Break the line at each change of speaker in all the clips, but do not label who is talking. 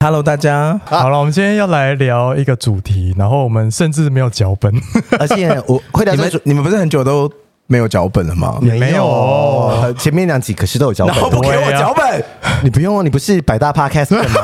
Hello，大家，好了，我们今天要来聊一个主题，然后我们甚至没有脚本，
而且我会聊
你
这
们
主，
你们不是很久都没有脚本了吗？
没有哦
呃前面两集可是都有脚
然后不
本，
给我
对啊
脚本，
你不用哦，你不是百大 podcast 的吗？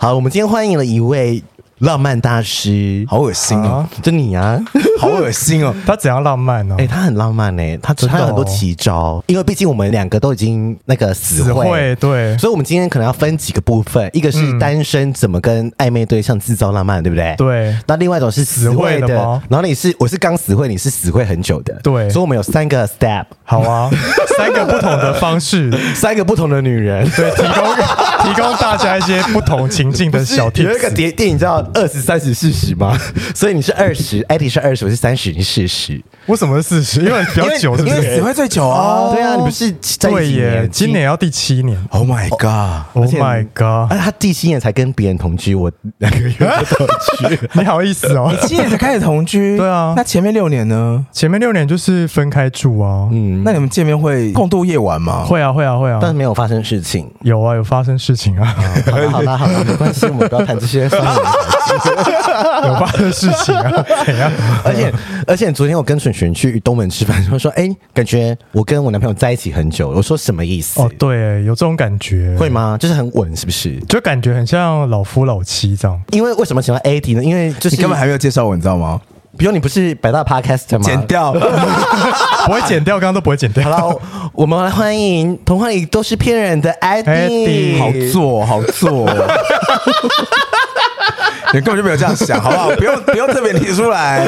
好，我们今天欢迎了一位浪漫大师，
好恶心哦，
就你啊，
好恶心 哦！
他怎样浪漫呢、
哎、他很浪漫哎、他
真的
他
哦
有很多奇招，因为毕竟我们两个都已经那个死
只
会。
会对，嗯
所以，我们今天可能要分几个部分，一个是单身怎么跟暧昧对象制造浪漫，对不对？
对
那另外一种是死
死
会
会
的，
的吗
然后你是我是刚死会，你是死会很久的，
对
所以我们有三个 step，
好啊，三个不同的方式，
三个不同的女人。
对，提供提供大家一些不同情境的 小
有一个
tips。
电电影叫《二十三十四十》吗？ 所以你是二十，艾迪是二十，我是三十，你四十。
为什么是四十？因为比较久，是不
因为死
是？
会最久啊！
对啊，你不是在一起
哦对
几
耶，
年
今年要第七年。
，Oh my god！
Oh my
啊，
god！
他第七年才跟别人同居，我两个月就同 居。
你好意 思哦，
七年才开始同 居，
对啊
那前面六年呢？
前面六年就是分开住啊。
嗯，
那你们见面会共度夜晚吗？
会啊，会啊，会啊。
但是没有发生事 情。
有啊，有发生事情啊，
好啦好啦好啦，没关系，我们不要谈这些伤人的
有发生事情啊，怎样？
而且而且，昨天我跟蠢蠢去东门吃饭，他说：“哎、感觉我跟我男朋友在一起很久了。”我说：“什么意思？
哦，对，有这种感觉，
会吗？就是很稳，是不是？
就感觉很像老夫老妻这样。
因为为什么喜欢 AD 呢？因为就是
你根本还没有介绍我，你知道吗？
比如你不是百大 Podcast 吗？
剪 掉，
不会剪掉，刚刚都不会剪
好
掉。
了，我我们来欢迎童话里都是骗人的
Eddie
AD，
好做，好 做。你根本就没有这样想，好不好？不用，不用特别提出 来。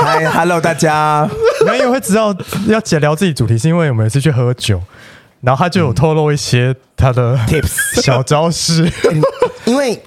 嗨，Hello，大家。
然后因为会知道要解聊自己主题，是因为我们有一次去喝酒，然后他就有透露一些他的
Tips
小招式。
因为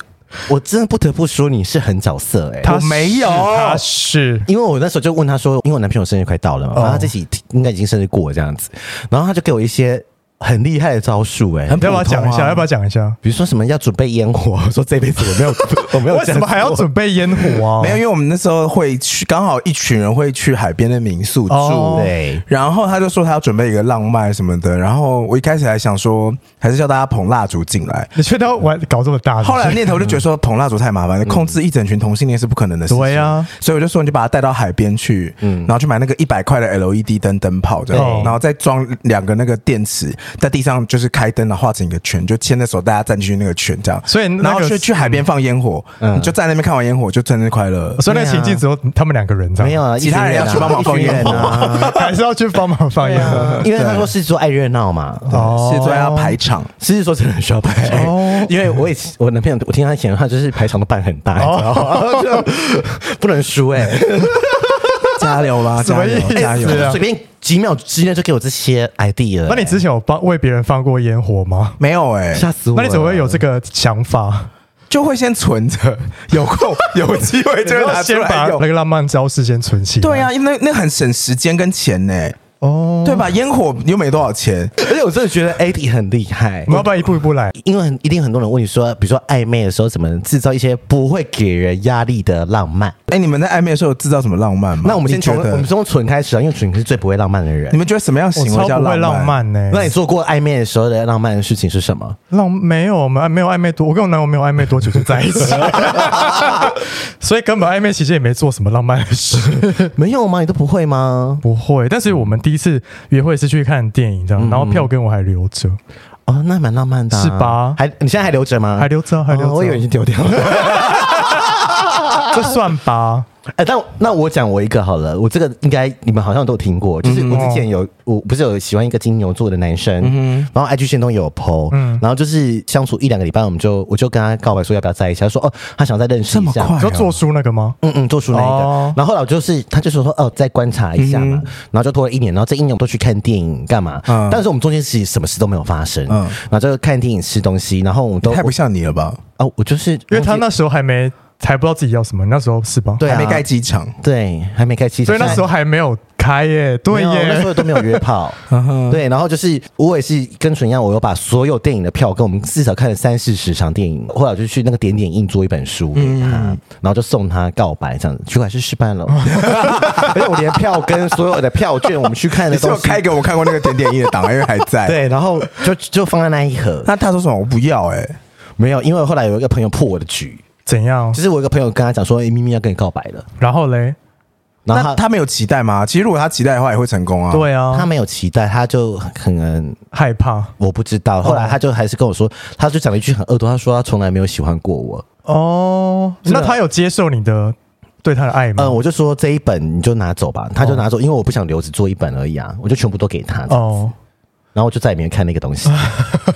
我真的不得不说你是很角色哎、
他
我没有
是他是
因为我那时候就问他说，因为我男朋友生日快到
哦
了嘛，然后他自己应该已经生日过了这样子，然后他就给我一些很厉害的招数哎、
要不要讲一
普通
下？
啊
要不要讲一下？
比如说什么要准备烟火，我说这辈子我没有， 我没有
为
这
什
样
么还要
做
准备烟火啊？
没有，因为我们那时候会去，刚好一群人会去海边的民宿住，
哦
对
然后他就说他要准备一个浪漫什么的，然后我一开始还想说，还是叫大家捧蜡烛进来。
你确定要玩搞这么大？
后来念头就觉得说捧蜡烛太麻烦了，控制一整群同性恋是不可能的事
嗯
情。
对啊
所以我就说你就把它带到海边去，然后去买那个一百块的 LED 灯灯泡这
对
样，然后再装两个那个电池，在地上就是开灯，然后画成一个圈，就牵着手大家站进去那个圈这样。
所以那个
然后去去海边放烟火，你就站在那边看完烟火就生日快乐。
所以那个情境只有他们两个人这样，
没有啊，
其他人要去帮忙放烟
火
火
啊，
还是要去帮忙放烟火。
因为他说是做爱热闹嘛。
哦
是说要排场，
狮子座真的很需要排场，
哦
因为我也我男朋友，我听他以前的话就是排场都办很大，你知道
哦
吗？ 就不能 输哎、
加 油啦，
什么
加油
意思，
加油！
对啊
随便几秒之内就给我这些 idea 欸、
那你之前有帮为别人放过烟火吗？
没有 哎、
吓死我了！
那你怎么会有这个想 法？
就会先存着，有空有机会就会拿出
先
来
把那
用。
个浪漫招式先存起。
对，啊，因为那那很省时间跟钱呢、欸
哦，
对吧？烟火又没多少钱，
而且我真的觉得 AD 很厉害
我，们要不要一步一步来？
因为很一定很多人问你说，比如说暧昧的时候怎么制造一些不会给人压力的浪漫？
哎、你们在暧昧的时候有制造什么浪漫吗？
那我们先
你觉
从
得
我们从纯开始啊，因为纯是最不会浪漫的人
你。们觉得什么样
我
行为
超
叫
不会
浪
浪漫呢、
那你做过暧昧的时候的浪漫的事情是什么？
浪没有，我们没有暧昧多，我跟我男友没有暧昧多久就在一起， 所以根本暧昧期间也没做什么浪漫的事，
嗯没有啊吗？你都不会吗？
不会。但是我们第一次约会是去看电影，这
嗯
样，然后票跟我还留着，
哦，那蛮浪漫的啊、
是吧
还你现在还留着吗？
还留着，还留
哦我以
着
为已。经丢掉了。
这算吧？
哎、但那我讲我一个好了，我这个应该你们好像都有听过，就是我之前有、我不是有喜欢一个金牛座的男生，然后 IG 线中也有 PO，、然后就是相处一两个礼拜，我们就我就跟他告白说要不要在一起，他说哦，他想再认识一
这
下
么，快
你说做书那个吗？
嗯嗯，做出那一个。
哦
然后后来我就是，他就说说哦，再观察一下嘛。然后就拖了一年，然后这一年我都去看电影干嘛？
嗯
但是我们中间其实什么事都没有发生。
嗯
然后就看电影吃东西，然后我们都
太不像你了吧？
哦，我就是
因为他那时候还没，还不知道自己要什么，那时候是吧？
对、啊、
还没盖机场，
对还没盖七，
所以那时候还没有开耶，对
没有那时
耶，
候都没有约炮。
嗯
对，然后就是我也是跟纯一样，我有把所有电影的票跟我们至少看了三四十场电影，后来我就去那个点点映做一本书给他，
嗯
然后就送他告白这样子，结果还是失败 了。而且我连票跟所有的票券，我们去看
你
的
是
东
有
西，
开给我看过那个点点一的档案，因为还 在。，
对，然后就就放在那一盒，
那他说什么？我不要哎、
没有，因为后来有一个朋友破我的局，
怎样
就？是我有一个朋友跟他讲说，哎、咪咪要跟你告白了，
然后嘞，
然后
那
他
他没有期待吗？其实如果他期待的话，也会成功啊。，
对啊，
他没有期待，他就可能
害怕
我不知
哦
道，后来他就还是跟我说，他就讲了一句很恶毒，他说他从来没有喜欢过我。
哦。
是的
那他有接受你的对他的爱吗
嗯，？我就说这一本你就拿走
哦
吧，他就拿走，因为我不想留，只做一本而已啊，我就全部都给他，
哦，
然后我就再也没有看那个东 西，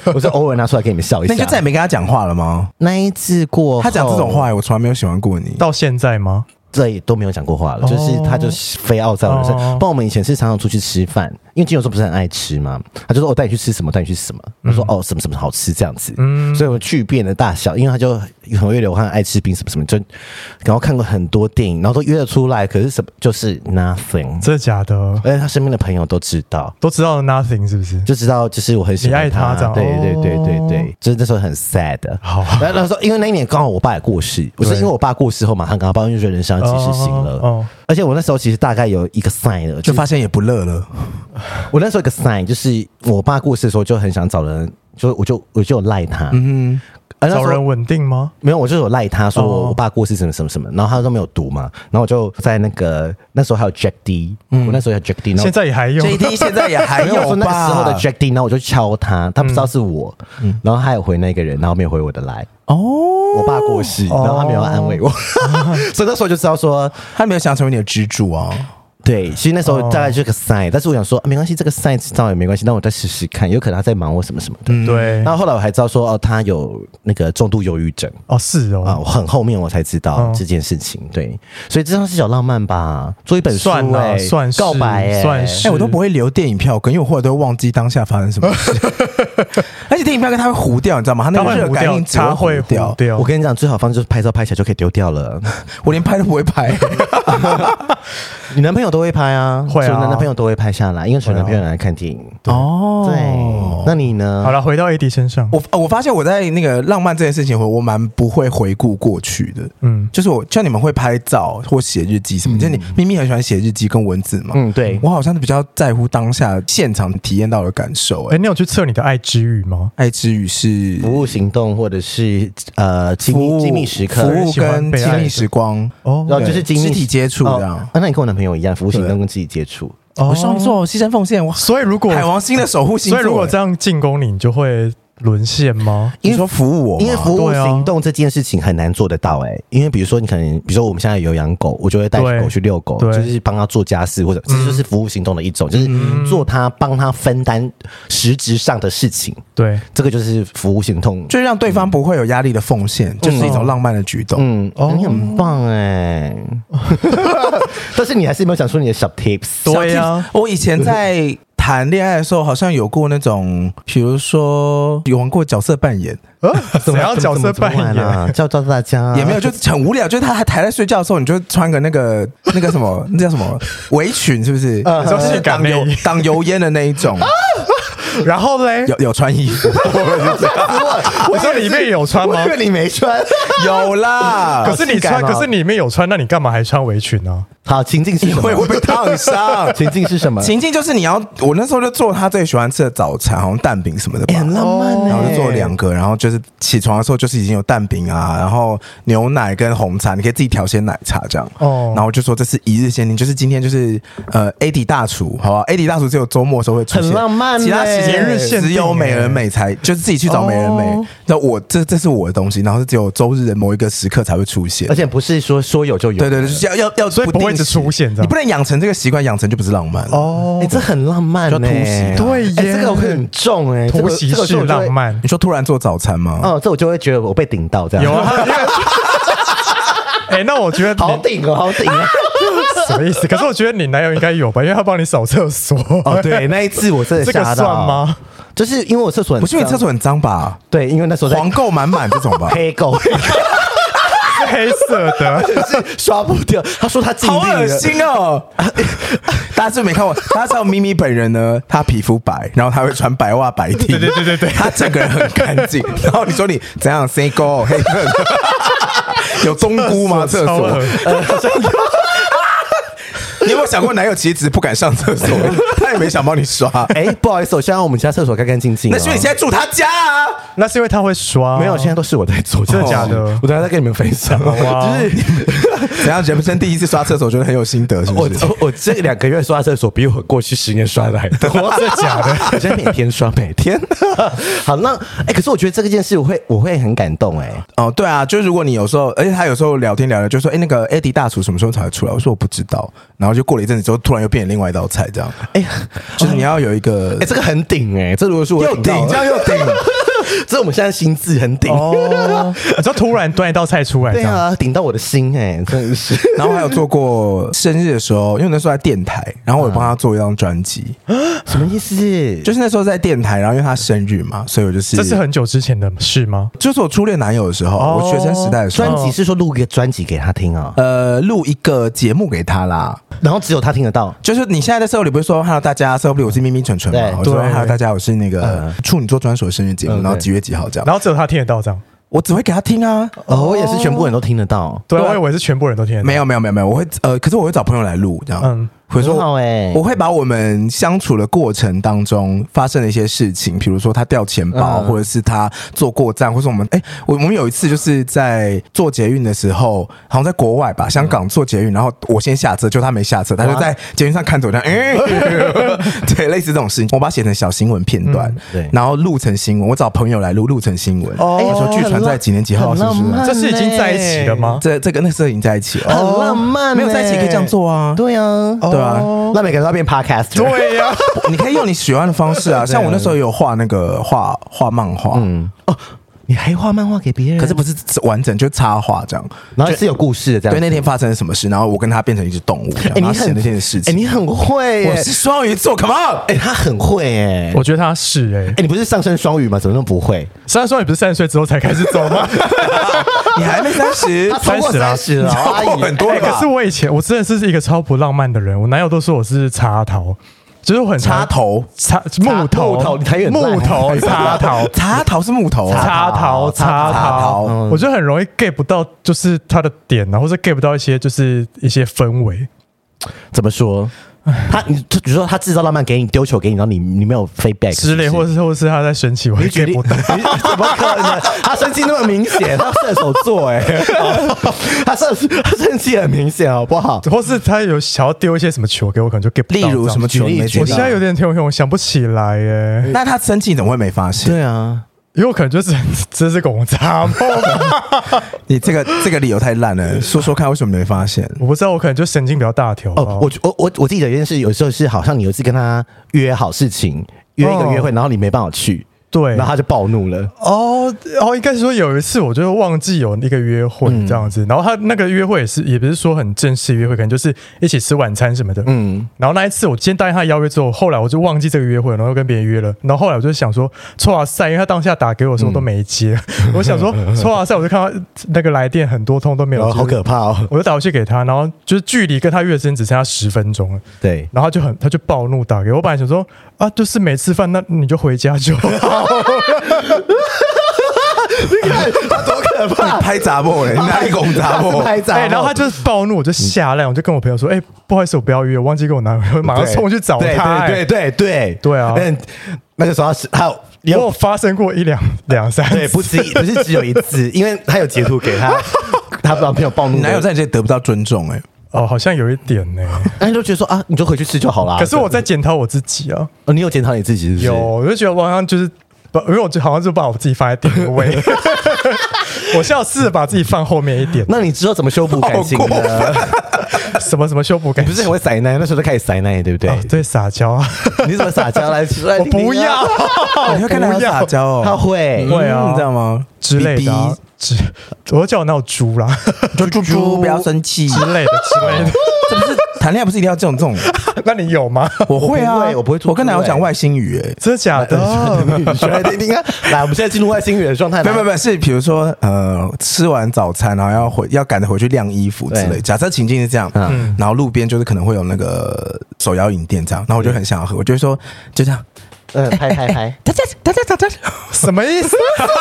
我就偶尔拿出来给你们笑一下。
那你就再也没跟他讲话了吗？
那一次过后，
哦他讲这种话，我从来没有喜欢过你。
到现在吗？
这也都没有讲过话了，
哦
就是他就是非要在我人生。
哦
不然我们以前是常常出去吃饭，因为金牛座不是很爱吃嘛，他就说我哦带你去吃什么，带你去吃什么，他说哦什么什么好吃这样子，
嗯
所以我巨变的大小，因为他就很会流汗，爱吃冰什么什么，就然后看过很多电影，然后都约得出来，可是什么就是 nothing，
真的假的？
而且他身边的朋友都知道。
都知道了 nothing 是不是？
就知道，就是我很喜欢
你爱他这样
对对对对
哦
对，就是那时候很 sad 的。
好
然后那时候因为那一年刚好我爸也过世，我是因为我爸过世后马上跟他爸，因为觉得人生要及时行乐，
哦哦
而且我那时候其实大概有一个 sign 了，就
就发现也不乐了，
我那时候有一个 sign 就是我爸过世的时候就很想找人，就我就我就有赖他，
嗯，
啊那时
找
候
人稳定吗？
没有，我就有赖他说
哦
我我爸过世什么什么什么，然后他都没有读嘛，然后我就在那个那时候还有 Jack D，、我那时候有 Jack D，然后
现在也还有
这一定现在也还
没有 我
有
说那个
吧？
时候的 Jack D，然后我就敲他，他不知道是我，然后他有回那个人，然后没有回我的来。
哦，
我爸过世，然后他没有安慰我，所以那时候就知道说，
他没有想成为你的支柱啊。
对，其实那时候大概就是个
哦
sign，、但是我想说、啊没关系，这个 sign 知道也没关系，那我再试试看，有可能他在忙我什么什么的。
对
然后后来我还知道说，哦，他有那个重度忧郁症
哦，是
啊，
哦，
我很后面我才知道
嗯
这件事情。对，所以这算是小浪漫吧，做一本书、
算啦
欸，
算是
告白、欸，
算是
哎、我都不会留电影票根，因为我后来都会忘记当下发生什么事。 而且电影票根它会糊掉，你知道吗？它那
他
个
会
热
糊
感
掉
应，只
他会
会
糊
糊掉，
掉。
我跟你讲，最好方式就是拍照拍起来就可以丢 掉了。
我连拍都不会拍。
你男朋友都会拍啊，
会啊
所以男朋友都会拍下来，因为纯男朋友来看电影。
哦
对，那你呢？
啊好了，回到 AD 身上，
我我发现我在那个浪漫这件事情，我我蛮不会回顾过去的。
嗯，
就是我像你们会拍照或写日记什么，就是你咪咪很喜欢写日记跟文字嘛。
嗯，对，
我好像是比较在乎当下现场体验到的感受、
哎，
哎、
你有去测你的爱之语吗？
爱之语是
服务行动或者是呃亲
服务
密亲密时刻，
服
人
务
喜欢
跟
被爱
亲密
的
时光。
然
哦
后就是
对
亲密
肢体接触这样
哦啊那你跟我男朋友一样，服务行动跟肢体接触。
哦
我双鱼座，牺牲奉献，我
所以如果
海王星的守护星座。
所以
欸
如果这样进攻你，你就会沦陷 吗？
你说服务我吗，
因为服务
对啊
行动这件事情很难做得到哎、因为比如说你可能，比如说我们现在有养狗，我就会带
对
狗去遛狗，
对嗯
就是帮它做家事，或者这就是服务行动的一种，就是做它帮它分担实质上的事情，
对，
这个就是服务行动。
就让对方不会有压力的奉献，就是一种浪漫的举动。
嗯，
哦
你很棒 哎、但是你还是没有讲出你的小 tips。
对呀，
我以前在谈恋爱的时候，好像有过那种，比如说有玩过角色扮演，
怎样角色扮
怎么
演？
办啊？叫叫大家
也没有，就是很无聊。就是他还还在睡觉的时候，你就穿个那个那个什么，那叫什么围裙，是不是？
呃嗯
你说性感
挡
内
油
衣
挡油烟的那一 种，
啊
然后嘞，
有有穿衣 服，
我说里面有穿吗
我以？为你没穿，
有啦。
可是你
性感啊
穿，
吗
可是你里面有穿，那你干嘛还穿围裙呢？啊
好，情境是什
会
么？
会被烫 伤。
情境是什么？
情境就是你要，我那时候就做他最喜欢吃的早餐，好像蛋饼什么的吧。
欸很浪漫欸
然后就做两个，然后就是起床的时候就是已经有蛋饼啊，然后牛奶跟红茶，你可以自己调些奶茶这样。
哦
哦，然后我就说这是一日限定，就是今天就是呃 AD 大厨，好吧？AD 大厨只有周末的时候会出现，
很浪漫欸
其他时
节日限定欸
间只有美而美才就是自己去找美而美
哦。
那、我这这是我的东西，然后是只有周日的某一个时刻才会出现
而。且不是说说有就有，
对对对，就是要要要，
所以不会一直
定时
出现这样
你不能养成这个习惯，养成就不是浪漫了。
哦
哎、，这很浪漫、欸，
就突袭
对耶
哎这个会很重哎、欸，这
突
个
袭
这个时
式
候我就会
浪。漫
你，说突然做早餐吗？
哦，这我就会觉得我被顶到这样，
有啊。因为 哎，那我觉得
好
你
顶哦，好顶啊！
什么意思？可是我觉得你男友应该有吧，因为他帮你扫厕所。
哦，对，那一次我真的
这个
吓到，
算吗？
就是因为我厕所很
不是因为厕
脏
所很脏吧？
对，因为那时候在？
黄垢满满这种吧
黑狗
是黑色 的，
是刷不掉，他说他尽
好
力
恶
了，
心哦！ 大家是不是没看过，大家知道咪咪本人呢，她皮肤白，然后她会穿白袜白 T，
对对对对 对
她整个人很干净。然后你说你怎样 say go 黑色的 有冬菇吗？厕
超
所
恶？
你有没有想过男友其实只是不敢上厕所，他也没想帮你刷？
哎、不好意思，我现在我们家厕所干干净净哦。
那是因为你现在住他 家啊，
那是因为他会刷，
没有，现在都是我在做，
真的假的
我等下再跟你们分享。
哇
就是
怎样？人生第一次刷厕所觉得很有心得，是不
我
是？
我我这两个月刷厕所比我过去十年刷的还 多，
真的假的？
我现在每天刷，每天。 好，那哎、可是我觉得这个件事我会我会很感动哎、
哦，对啊，就如果你有时候，而且他有时候聊天聊聊，就说，哎，那个 AD 大厨什么时候才会出来？我说我不知道，然后就过了一阵子之后，突然又变成另外一道菜，这样，
哎、呀，
就是你要有一个
哎、这个很顶哎、这如果是我
又
顶到
顶，这样
了，
又顶，
这我们现在心智很顶。
哦，你就突然端一道菜出来，这
对
样
啊，顶到我的心哎、真的是。
然后还有做过生日的时候，因为那时候在电台，然后我有帮他做一张专辑，
什么意 思？
就是那时候在电台，然后因为他生日嘛，所以我就是
这是很久之前的事吗？
就是我初恋男友的时候，
哦
我学生时代的时
专
候，
辑是说录一个专辑给他听啊、
呃，录一个节目给他啦，
然后只有他听得到。
就是你现在的社会里不是说 “hello 大家”，社会里我是咪咪蠢蠢
对
嘛，我说
对
“hello 大家”，我是那个处女座专属的生日节目，
嗯
然后
对
几月几号这样，
然后只有他听得到这样，
我只会给他听啊。
哦，我也是全部人都听得到。
对啊，
对啊
我以为是全部人都听得到，
没有没有没有没有，我会呃，可是我会找朋友来录这样。
嗯
嗯，会
很好
说
欸
我会把我们相处的过程当中发生的一些事情，比如说他掉钱包，
嗯
或者是他坐过站，或者我们哎、我我们有一次就是在坐捷运的时候，好像在国外
嗯
吧，香港坐捷运，然后我先下车，就他没下车，他就在捷运上看着我这样，哎、 对，类似这种事情，我把它写成小新闻片段，
嗯对
然后录成新闻，我找朋友来录，录成新闻，
哦
哦，我说据传在几年几号，
很
是不
浪
是？
漫
这是已经在一起了吗？
这这个那时候已经在一起了，哦
很浪漫、欸，
没有在一起可以这样。做啊。
对啊，
对啊
哦
那每个人都要变 podcast。
对呀，
你可以用你喜欢的方式啊，像我那时候有画那个画画漫画，
嗯，哦，你还画漫画给别人，
可是不是完整，就插画这样。
然后是有故事的这样
对，
子。
那天发生了什么事，然后我跟他变成一只动物，这样
哎，
然后
你
写
很
那件事
哎，
情。
你很会耶
我，是双鱼座，Come on！
哎，他很会哎。
我觉得他是哎，
哎，你不是上升双鱼吗？怎么那么不会？
虽然说你不是三十岁之后才开始走吗？
你还没三十
他，超过
30啦
三十了，
啊超
阿
过
姨
很多了
哎可
吧
是？我以前我真的是一个超不浪漫的人，我男友都说我是插头，就是我很常
插头，
插木头
木头你台语很烂
木头插头。
插头是木头啊，
插头，插
插
头
头，
我觉得很容易 get 不到，就是他的点啊，或者 get 不到一些就是一些氛围。
怎么说？他你就比如说他制造浪漫给你丢球给你，然后你你没有 feedback
之类，
是不是
或者是或者是他在生气，我会
你决
get
定，
不到。
你怎么可能？他生气那么明显，他射手座 哎、他射他生气很明显好不好？
或是他有想要丢一些什么球给我，可能就 get 不到。
例如什么
举
球
例
你没
举
接
例
我现
到
在？有点天我想不起来耶，
那他生气怎么会没发现？
对啊，
因为我可能就是很这 是拱插梦，
你这个这个理由太烂了，说说看为什么没发 现？
我不知道，我可能就神经比较大条啊吧。
哦，我我我我记得有一件事，有时候是好像你有一次跟他约好事情，约一个约会，然后你没办法去，
哦对
然后他就暴怒了。
哦哦，应该是说有一次我就忘记有一个约会这样子，然后他那个约会也是也不是说很正式的约会，可能就是一起吃晚餐什么的。嗯，然后那一次我今天答应他的邀约之后，后来我就忘记这个约会，然后又跟别人约了，然后后来我就想说，错啊塞，因为他当下打给我的时候都没接，我想说错啊塞，我就看到那个来电很多通都没有
然后
接，
好可怕哦！
我就打回去给他，然后就是距离跟他约的时间只剩下十分钟了。
对，
然后他就很，他就暴怒打给我。我本来想说 啊，就是没吃饭，那你就回家就好。
你看他多可怕！
拍杂货嘞，你哪里拱
他
杂
是
货？
拍照，
哎、然后他就是暴怒，我就吓烂，我就跟我朋友说：“哎、不好意思，我不要约，我忘记跟我男朋友，马上冲去找
对
他、
对
哎
对对对
对啊
嗯，那个时候他是他
我
有
有发生过一两两三次，
对，不止不是只有一次， 因为他有截图给他， 他不知道朋友暴怒
你
的，
男友在你这里得不到尊重哎，
哦，好像有一点 呢、
那你就觉得说啊，你就回去吃就好啦。
可是我在检讨我自己啊，
哦，你有检讨你自己是不是？
有，我就觉得我好像就是。把，因为我就好像就把我自己放在第一位， 我是要试着把自己放后面一点。
那你知道怎么修补感情
好过
呢？
什么什么修补感
你不是很会撒奶，那时候就开始撒奶，对不对？
哦，对撒娇啊，
你怎么撒娇来？来啊
我不 要，
哦
你会看到他撒娇
他
哦，
会
嗯。会啊
你知道吗？
之类的啊，之我叫我闹猪 啦
就猪猪不要生气，
之类的之类的。
这不是谈恋爱不是一定要这种这种？
那你有吗？
我会啊，
我不会我不会猪猪
我跟男友讲外星语哎。
真的假 的？
你说来听听啊！ 来，我们现在进入外星语的状态。
没有没有
来
没有，是比如说呃，吃完早餐然后要回要赶着回去晾衣服之类。
对
假设情境是这样，
嗯
然后路边就是可能会有那个手摇饮店这样，然后我就很想要喝，我就会说就这样，
嗯，拍拍拍。
大家大家大家，
什么意思？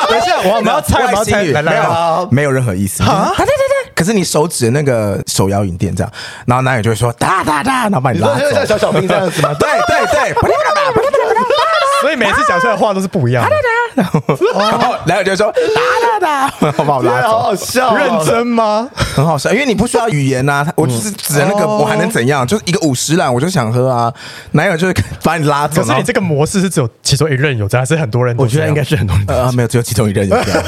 等一下，我我要猜，我
外
要
星
猜，
语
来
没
来来，
有没有任何意思啊，对对对。可是你手指的那个手摇饮店这样，然后男友就会说哒哒哒，然后把你
你
拉
说就
走
像。 小小兵这样子吗？
对对对，
所以每次讲出来的话都是不一样的。
然后男友就会说哒 哒哒，然后把我
对
拉
啊，
走
好。好 笑哦，哦
认真吗？
很好笑，因为你不需要语言呐、他我就是指的那个，
哦
我还能怎样？就是一个五十兰，我就想喝啊。男友就是把你拉走，
可是你这个
个
模式是只有其中一任有这样，还是很多人都
我觉
这
得
样
应该是很多人。
呃没有，只有其中一个人有这 样。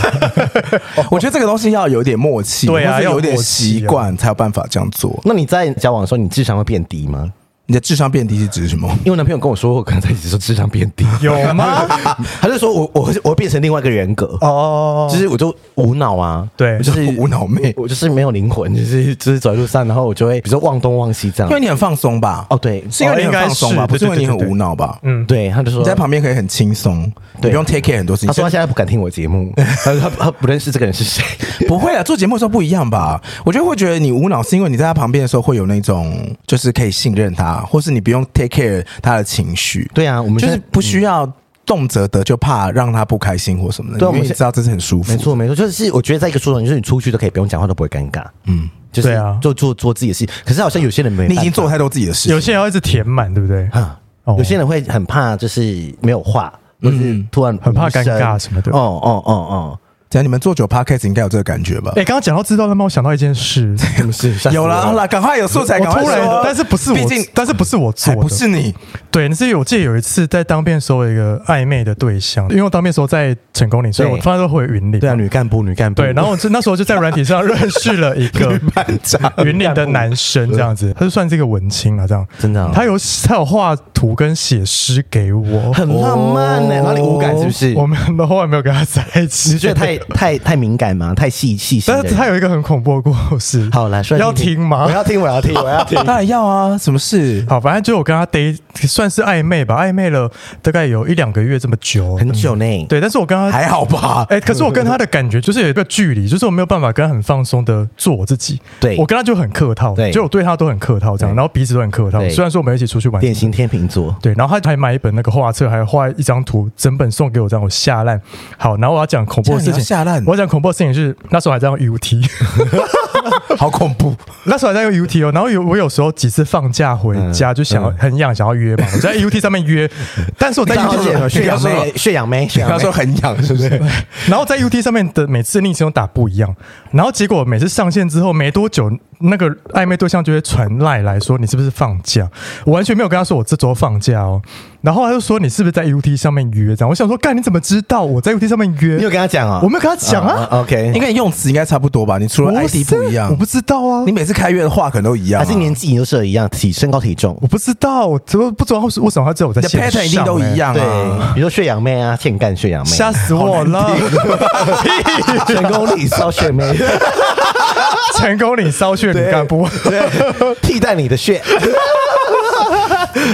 我觉得这个东西要有点默契，
对啊
或是
要有
有点
默契啊
习惯才有办法这样做。
那你在交往的时候，你智商会变低吗？
你的智商变低是指什么？
因为我男朋友跟我说过，可能在一起的时候智商变 低，
有吗？
他就说我我会我会变成另外一个人格，
哦，
就是我就无脑啊，
对
我就是
无脑妹
哦
我就是没有灵魂，就是就是走在路上，然后我就会比如说忘东忘西这
因为
样。
你很放松吧？
哦，，对，
是因为你很放松
哦
吧？
应该是
不是因为你很
对对对对
无脑吧？
嗯，
对，他就说
你在旁边可以很轻松，你不用 take care 很多事情。
他说他现在不敢听我节目，他说他他不认识这个人是谁。
不会啊，做节目的时候不一样吧？我觉得会觉得你无脑，是因为你在他旁边的时候会有那种，就是可以信任他，或是你不用 take care 他的情绪，
对啊，我们
就
现在
是不需要动辄的就怕让他不开心或什么的。
对啊
因为
我们
你
现
知道这是很舒服
没。错没错，就是我觉得在一个舒适，就是你出去都可以不用讲话，都不会尴尬。嗯，就是
对啊
就做做自己的事。可是好像有些人没办
你
法，
已经做太多自己的事
有
情，
些人要一直填满，对不对？
啊，
哦
有些人会很怕，就是没有话，或是突然
很怕
无声
尴尬什么的
哦哦哦哦，
只要你们做久 podcast 应该有这个感觉吧？
哎，刚刚讲到知道了吗？我想到一件事，
是不是？啊吓死
有
我
啦，好啦，赶快有素
哎
材，
我
赶快
突然
说，
但是不是我
毕竟，
但是不是我做
还
的，
不是你，
对，那是我记得有一次在当兵的时候有一个暧昧的对象，因为我当兵的时候在成功岭，所以我
对
通常都回云岭。
对啊，女干部女干部。
对， 然后我就那时候就在软体上认识了一个
班长。
云岭的男生，这样子，他就算是一个文青了，这样。
真的啊
他有他有画图跟写诗给我，
很浪漫呢、
哦
然后你无感是不是？
我们的后来没有跟他在一起，
你觉 得太太太敏感吗？太细细心
但
的
是他
人。
有一个很恐怖的故事。
好，来说来
要听吗
我要听，我要听，我要听。
当然要啊，什么事？
好，反正就我跟他 d 算是暧昧吧，暧昧了大概有一两个月这么久，嗯
很久呢，
对，但是我跟他
还好吧？
哎、可是我跟他的感觉就是有一个距离，就是我没有办法跟他很放松的做我自己。
对
我跟他就很客套，
对
就我对他都很客套这样，
对
然后彼此都很客套。
对
虽然说我们一起出去玩，
典型天秤座。
对，然后他还买一本那个画册，还画一张图，整本送给我，让我吓烂。好，然后我要讲恐怖的事
这样你
情，
要吓烂
我要讲恐怖的事情是那时候还在用 UT，
好恐怖！
那时候还在用 UT 哦。然后有我有时候几次放假回
嗯
家就想要、很痒，想要约嘛，我在 UT 上面 约，但是我在
大
UT
姐
上
有血
面
氧妹，血氧妹，血
他
氧妹
说。很痒，是不是？
然后在 UT 上面的每次昵称都打不一样，然后结果每次上线之后没多久，那个暧昧对象就会传赖来说你是不是放假？我完全没有跟他说我这周放假哦，然后他就说你是不是在 UT 上面约这样？我想说，干你怎么知道我在 UT 上面约？
你有跟他讲啊？
我没有跟他讲啊
o k
应该用词应该差不多吧？你除了
我
ID 不一样，
我不知道啊
哦你，每次开月的话可能都一样、啊，
还是年纪你都是一样，体身高体重。
我不知道，我怎么不知道为什么他知道我在
你的
线
pattern
上、欸
一定都一样
对
啊。，
比如说血氧妹啊，欠干血氧妹，
吓死我了！
成功里骚血妹，
成功领骚血女干部。
对，替代你的血。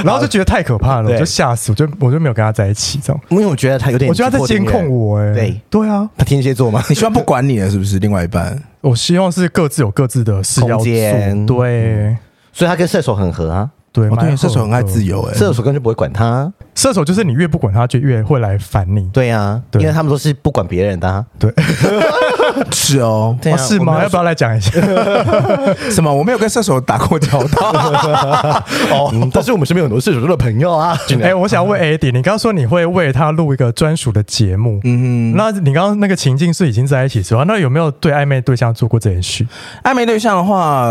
然后就觉得太可怕了，
对
我就吓死，我就我就没有跟他在一起，这样。
因为我觉得他有点，
我觉得他在监控。我、哎，
对
对啊，
他天蝎座吗？
你希望不管你了是不是？另外一半，
我希望是各自有各自的事要
空间
做，对。
所以他跟射手很合啊。
对，
哦
蛮
对，射手
合
很爱
的
自由哎、
射手根本就不会管他。
射手就是你越不管他，就越会来烦你。
对啊，
对
因为他们都是不管别人的、啊。
对，
哎是哦，
对啊
哦是
我没
吗？
有
要不要来讲一下？
什么？我没有跟射手打过交 道，
哦，但是我们身边有很多射手座的朋友啊。
哎、我想问 AD，你刚刚说你会为他录一个专属的节目，嗯，那你刚刚那个情境是已经在一起之后，那有没有对暧昧对象做过这件事？
暧昧对象的话，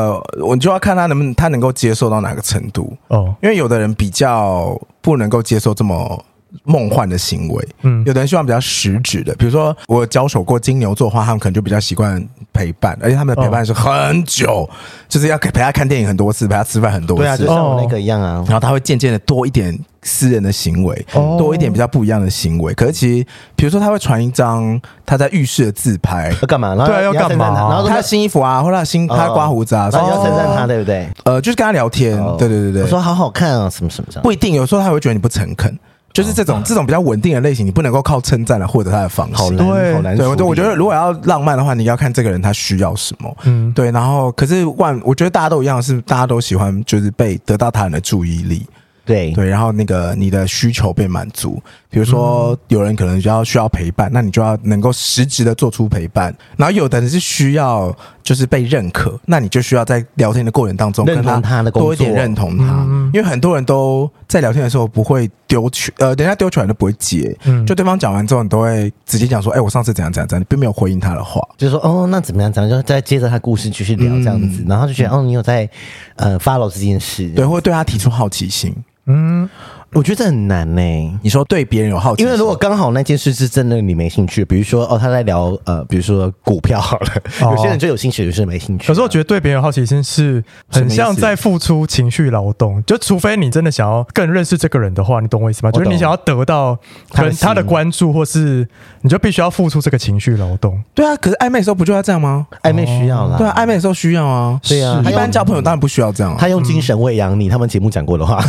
我就要看他能不能他能够接受到哪个程度，
哦，
因为有的人比较不能够接受这么。梦幻的行为，
嗯
嗯，有的人希望比较实质的，比如说我交手过金牛座的话，他们可能就比较习惯陪伴，而且他们的陪伴
哦
是很久，就是要陪他看电影很多次，陪他吃饭很多次，
对啊，就像我那
哦
个一样啊。
然后他会渐渐的多一点私人的行为，
哦
多一点比较不一样的行为。可是其实，比如说他会传一张他在浴室的自拍，
要干嘛？然后
对啊要
你
干
称
嘛
赞他然后
他
他
的新衣服啊，或者他新他刮胡子啊，
然后哦你要
什
称
么
赞他，对不对？
呃，就是跟他聊天
哦，
对对对
我
对，
说好好看啊，什么什么什么。
不一定，有时候他会觉得你不诚恳。就是这种这种比较稳定的类型，你不能够靠称赞来获得他的方
哦
式。
好难，
对
好难处
对，
理。
我就我觉得如果要浪漫的话，你要看这个人他需要什么。
嗯，
对，然后可是万，我觉得大家都一样，是大家都喜欢就是被得到他人的注意力。
对
对，然后那个你的需求被满足，比
嗯
如说有人可能就要需要陪伴，那你就要能够实质的做出陪伴。然后有的人是需要就是被认可，那你就需要在聊天的过程当中
认
跟
同他的工
多一点
作
认同他，
嗯
因为很多人都在聊天的时候不会丢球，呃，人家丢球来都不会接，
嗯
就对方讲完之后，你都会直接讲说，哎、我上次怎样怎样怎样，你并没有回应他的话。
就是说哦，那怎么样？咱们就再接着他故事继续聊这样子，然后就觉得哦，你有在呃 follow 这件事。
嗯对，，或者对他提出好奇心。
嗯，
我觉得这很难呢、欸
你说对别人有好奇
因
心，
为如果刚好那件事是真的你没兴趣，比如说哦，他在聊呃，比如说股票好了，
哦
有些人就有兴趣，有些人没兴趣。
可是我觉得对别人的好奇心是很像在付出情绪劳动，就除非你真的想要更认识这个人的话，你懂我意思吗？
懂
就是你想要得到
他的
跟他的
心
关注，或是你就必须要付出这个情绪劳动。
对啊，可是暧昧的时候不就要这样吗？
暧昧哎需要啦，
对啊，暧昧的时候需要啊。
对啊
一
他
般
用
交朋友当然不需要这样啊。
他用精神喂养
嗯
你，他们节目讲过 的话，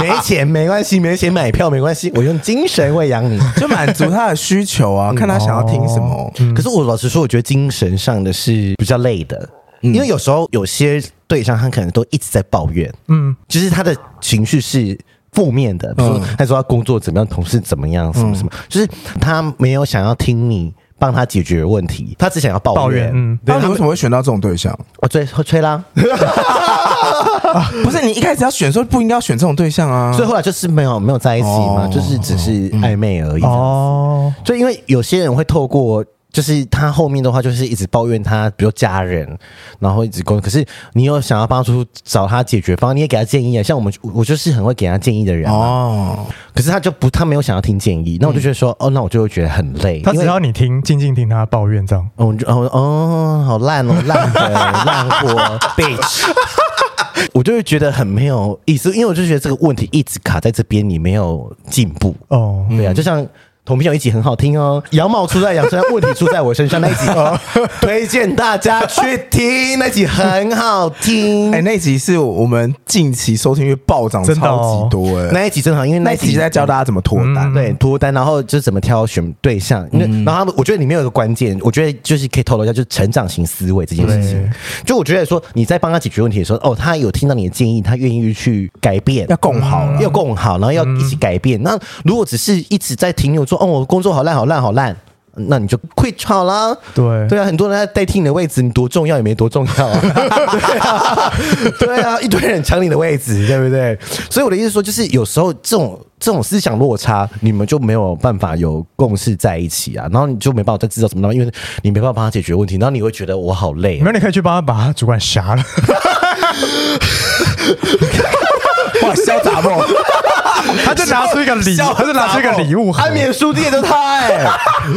没钱没关系，没钱买票没关系，我用精神喂养你。
就满足他的需求啊，看他想要
哦
听什么。
嗯
可是我老实说，我觉得精神上的是比较累的，因为有时候有些对象他可能都一直在抱怨，
嗯，
就是他的情绪是负面的，比如说他说他工作怎么样，同事怎么样，
嗯
什么什么，就是他没有想要听你帮他解决问题，他只想要抱怨。
抱怨嗯
那
对，
你
他
为
们
什么会选到这种对象？
我最后吹啦，
不是你一开始要选的时候不应该要选这种对象啊。
所以后来就是没有没有在一起嘛，
哦
就是只是暧昧而已。
嗯哦，
就因为有些人会透过，就是他后面的话就是一直抱怨他，比如家人，然后一直工作。可是你有想要帮助找他解决方案，你也给他建议啊。像我们，我我就是很会给他建议的人啊、
哦，
可是他就不，他没有想要听建议，那我就觉得说，哦，那我就会觉得很累，
他
因
只
为。
要你听，静静听他抱怨这样。
哦，我就哦哦，好烂哦，烂的烂货 bitch，我就会觉得很没有意思，因为我就觉得这个问题一直卡在这边，你没有进步。
哦，
对啊，就像同频有一集很好听哦，羊毛出在羊身上，问题出在我身上那一集，推荐大家去听，那集很好听。
哎，那集是我们近期收听率暴涨
真的哦
超级多哎，
那一集真的好，因为
那
那一
集
集嗯
在嗯教大家怎么脱单。
对脱单，然后就是怎么挑选对象，因为然后他们我觉得里面有一个关键，我觉得就是可以透露一下，就是成长型思维这件事情
对。
就我觉得说你在帮他解决问题的时候，哦，他有听到你的建议，他愿意去改变，
要共好
嗯
了
要共好，然后要一起改变。那如果只是一直在停留说，哦，我工作好烂，好烂，好烂。那你就 quit 好啦，
对
对啊，很多人在代替你的位置，你多重要也没多重 要啊，对啊，对啊，一堆人抢你的位置，对不对？所以我的意思说，就是有时候这种这种思想落差，你们就没有办法有共识在一起啊，然后你就没办法再制造什么东西，因为你没办法帮他解决问题，然后你会觉得我好累啊
没，有，你可以去帮他把他主管杀了。
哇，潇洒梦，
他就拿出一个礼，
笑
他就拿出一个礼物盒，
安眠书店都他哎、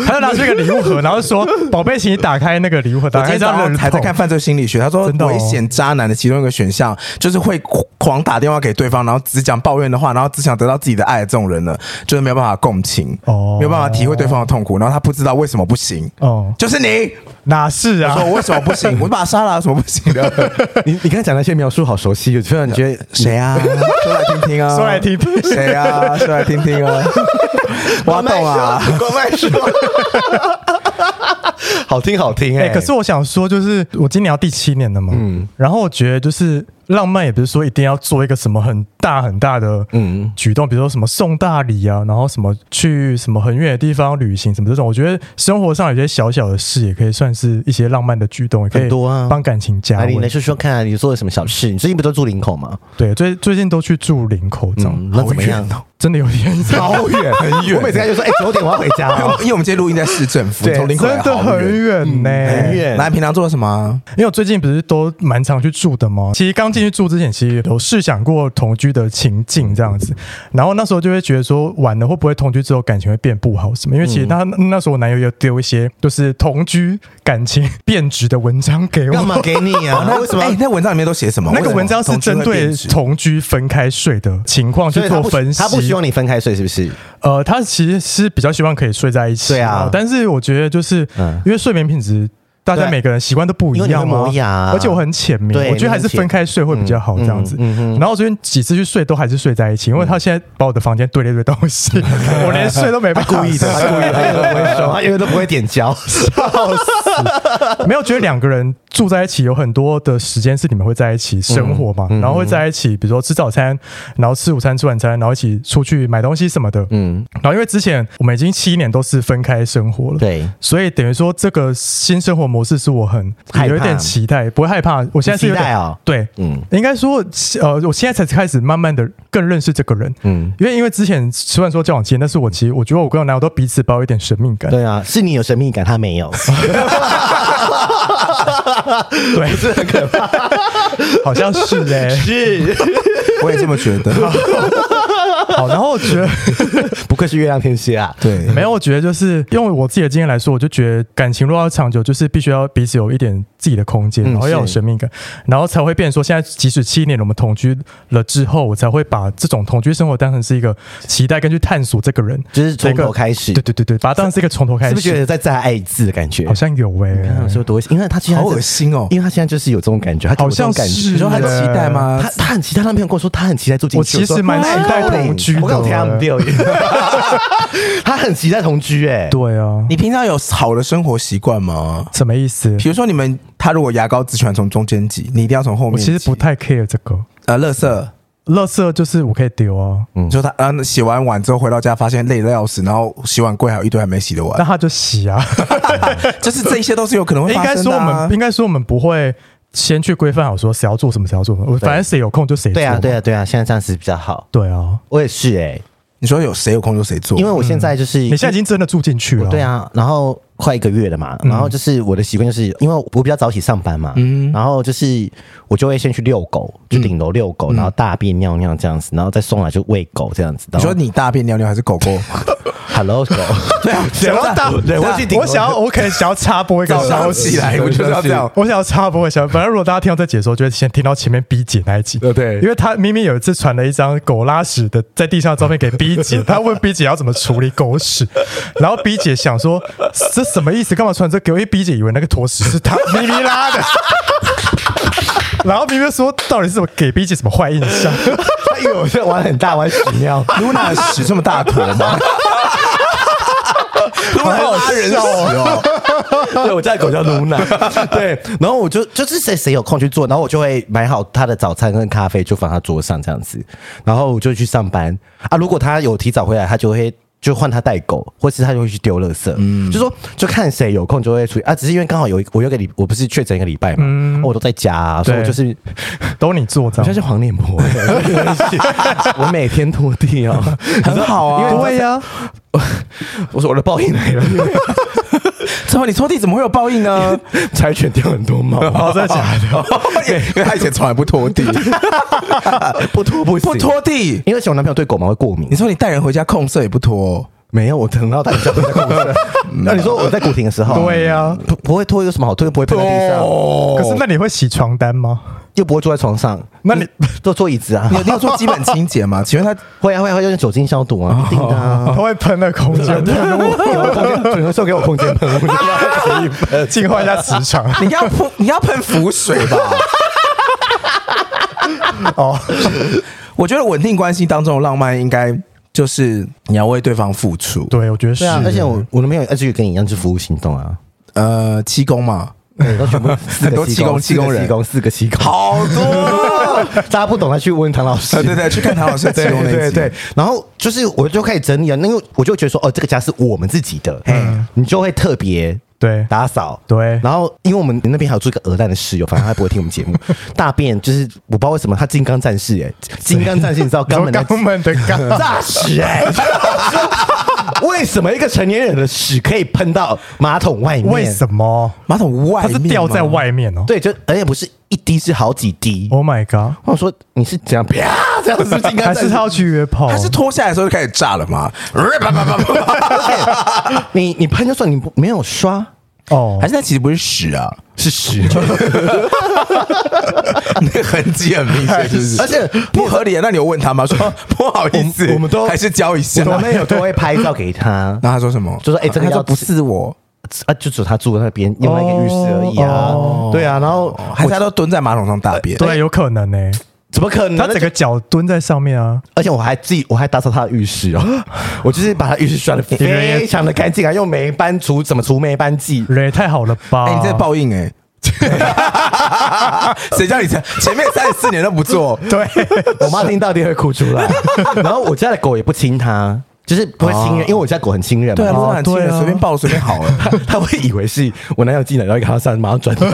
他就拿出一个礼物盒，然后说：“宝贝，请你打开那个礼物盒，
我
打
今
开
天
这
早
样
上
的
还在看《犯罪心理学》，他说
真的哦
危险渣男的其中一个选项就是会狂打电话给对方，然后只讲抱怨的话，然后只想得到自己的爱的这种人呢，就是没有办法共情，
哦
没有办法体会对方的痛苦，然后他不知道为什么不行，
哦，
就是你，
哪是
我
啊
说？我为什么不 行？我就把他杀了、有什么不行的？
你你刚才讲那些描述好熟悉，有突然觉得
谁啊？说来听听啊！
说来听听
谁啊？说来听 听啊！挖洞啊！，
关麦说，好听好听
哎
哎、哎嗯
哎、可是我想说，就是我今年要第七年了嘛，然后我觉得就是浪漫也不是说一定要做一个什么很大很大的嗯举动，比如说什么送大礼啊，然后什么去什么很远的地方旅行什么这种，我觉得生活上有些小小的事也可以算是一些浪漫的举动，也可以
很多啊
帮感情加
啊，你
温
来。说说看、你做了什么小事？你最近不都住林口吗？
对，最最近都去住林口，这样哦
嗯，那怎么样？
真的有点 远啊
好远，
啊
很远。我每次来就说，哎、九点我要回家、哦，
因为我们今天录音在市政府，
对
从林口来
真的
好
很
远。
远呢、
哦嗯很远
来，平常做了什么啊？
因为我最近不是都蛮常去住的吗？其实刚进去住之前，其实有试想过同居的情境这样子，然后那时候就会觉得说，晚了会不会同居之后感情会变不好什么？因为其实
嗯
他、那时候我男友有丢一些就是同居感情变质的文章给
干
我。
嘛给你啊？ 那为什么？
哎，那文章里面都写什么？
那个
为什么
文章是
同居会
针对
变质
同居分开睡的情况
所
去
以他
做
不
分析，
他不希望你分开睡，是不是？
呃，他其实是比较希望可以睡在一起，
对啊
但是我觉得就是、
嗯
因为睡眠品质，大家
对
每个人习惯都不一
因为你会
样嘛
磨牙啊
而且我很浅眠，
对
我觉得还是分开睡会比较好
你
这
很
样
浅
子。
嗯嗯嗯嗯
然后我昨天几次去睡都还是睡在一起，因为他现在把我的房间堆了一堆东 西，我连睡都没办法。
他 故意的，他永远都不会 说，他永远都不会点胶。
没有觉得两个人住在一起有很多的时间是你们会在一起生活嘛，
嗯
然后会在一起，比如说吃早餐，然后吃午餐、吃晚餐，然后一起出去买东西什么的。
嗯，
然后因为之前我们已经七年都是分开生活了，
对，
所以等于说，这个新生活模式是我很
害怕
有一点期待，不会害怕。我现在是有
你期待
点、
哦
对，
嗯
应该说，呃，我现在才开始慢慢的更认识这个人，
嗯，
因为因为之前虽然说交往期间，但是我其实我觉得我跟我男友都彼此保有一点神秘感，
对啊，是你有神秘感，他没有。
对，是很可怕， 好像是欸嘞、
是，
我也这么觉得。
好，然后我觉得。
不愧是月亮天蝎啊。
对，
没有，我觉得就是用我自己的经验来说，我就觉得感情如果要长久，就是必须要彼此有一点自己的空间，
嗯
然后要有
是
神秘感，然后才会变成说，现在即使七年了我们同居了之后，我才会把这种同居生活当成是一个期待跟去探索这个人，
就是从
这
头
个
开始
对对对对，把它当成是一个从头开
是
始，
不是觉得在再爱一次的感觉？
好像有哎、
嗯，是不是多？因为他现在
好恶心哦
因为他现在就是有这种感觉，他给我这种感
好像是欸
觉。
你说他期待吗
他？他很期待，他男朋友跟我说他很期待住进
我
去。
其实
说
蛮期待
哎
同居的
我跟我天他们掉眼， 他很期待同居哎。
对啊，
你平常有好的生活习惯吗？
什么意思？
比如说，你们他如果牙膏只喜欢从中间挤，你一定要从后
我
面
其
挤。
实不太 care 这个，
呃，垃圾。
垃圾就是我可以丢啊，
嗯
你说他啊，那洗完碗之后回到家发现累得要死，然后洗碗柜还有一堆还没洗的
那
碗，
他就洗啊。
就是这些都是有可能会
应
发
该
生
说
的
我
啊、
们应该说我们不会先去规范好说谁要做什么，谁要做什么，反正谁有空就谁做
对啊，对
啊，
啊，对啊，现在这样子比较好。
对啊。
我也是哎，
你说有谁有空就谁做，
因为我现在就是
嗯你现在已经哦嗯真的住进去了，
对，啊，然后快一个月了嘛，然后就是我的习惯就是，因为我比较早起上班嘛，
嗯
然后就是我就会先去遛狗，就顶楼遛
嗯
狗，然后大便尿尿这样子，然后再送来就喂狗这样子。
你
然后
说你大便尿尿还是狗狗？
Hello 狗，
对啊，
想要大，
对啊
我想要，我可能想要插播一个
早
消
上
息
起来，我就是要这样。
我想要插播一下，反正如果大家听到这解说，就会先听到前面 B 姐那一集，
对对
因为她明明有一次传了一张狗拉屎的在地上的照片给 B 姐，她问 B 姐要怎么处理狗屎，然后 B 姐想说这什么意思，干嘛传这给我？因为 B 姐以为那个坨屎是她咪咪拉的，然后明明说到底是我给 B 姐什么坏印象，
他以为我在玩很大玩屎 尿，
露娜屎这么大坨吗？好好人屎 哦！
对我家的狗叫露 娜，对，然后我就就是谁谁有空去做，然后我就会买好他的早餐跟咖啡，就放他桌上这样子，然后我就去上班啊。如果他有提早回来，他就会。就换他带狗，或是他就会去丢垃圾，就说就看谁有空就会出去啊。只是因为刚好有一我有一个礼，我不是确诊一个礼拜嘛，哦我都在家、啊，所以我
对
就是
都你做这
我
样。
像是黄脸婆，欸 我每天拖地 哦，
很好啊
因为
对
呀，我说我的报应来了，因为
怎么你拖地怎么会有报应呢？
柴犬掉很多 毛，
哦，真的假 的？
因为他以前从来不拖 地，
不拖不行
不拖地。
因为我男朋友对狗毛会过敏
你，说你带人回家控色也不拖，哦
没有，我等到他比较在公司。 那你说我在古亭的时候，啊
对呀哦
不不会拖有什么好拖？又不会喷在地上，
可是那你会洗床单吗？
又不会坐在床上，
那你
坐坐椅子啊
你？有你有做基本清洁吗？请问他
会啊会啊会啊，用酒精消毒啊，一定的啊。
它会喷的空间，
你们送给我空间喷雾，
净化一下磁场。
你要 喷你要喷浮水 吧？
哦，
我觉得稳定关系当中的浪漫应该就是你要为对方付出。
对，我觉得是
对。啊，而且我我男朋友一直跟你一样是服务行动啊，
呃，七公嘛，
对，都全部四
很
个
多
西工，
气功
四个西工，四个西工。
好多。
大家不懂的去问唐老师。
呃对对 对，去看唐老师的
对
气功那一集
对对，然后就是我就开始整理了，因为我就觉得说，哦，这个家是我们自己的，你就会特别
嗯对
打扫。
对
然后因为我们那边还有住一个鹅蛋的室友，反正他不会听我们节 目。大便就是我不知道为什么他金刚战士哎、金刚战士你知道 肛门的
肛门的肛，
炸屎哎、为什么一个成年人的屎可以喷到马桶外面？
为什么？
马桶外
它
面
是
吗
掉在，外面哦。
对，就而且不是一滴，是好几滴。
Oh my god！
我想说你是怎样啪这样子金刚
还
战
是
士
他要去约炮？
它是脱下来的时候就开始炸了吗？啪啪啪啪啪
你你喷就算你不没有刷，
哦
还，是它其实不是屎啊？
是屎，
那个痕迹很明显，是 不是？
而且
不合理啊！那你有问他吗？说 不好意思，
我们我们都
还是教一下。，
我们有都会拍照给他
然后他说什么？
就说哎这个
他
要
说不是我，
啊，就只有他住在那边用那个浴室而已
哦
啊，
哦
对啊，然后
还是他都蹲在马桶上大便？
啊
对，啊有可能呢。欸
哎怎么可能？
他整个脚蹲在上面啊，
而且我还自己我还打扫他的浴室 哦，我就是把他浴室刷的非常的干净啊，用霉斑除怎么除霉斑 剂，
人也太好了吧？
哎，你这报应哎！ 谁叫你前前面三十四年都不
哦
做？
对，
我妈听到一定会哭出 来。然后我家的狗也不亲它，就是不会亲人，因为我家狗很亲人嘛，
哦对啊，
然
如
后
果很亲
对
人，
啊
随便抱随便好 了。
它它会以为是我男友进来，然后看到上马上 转头。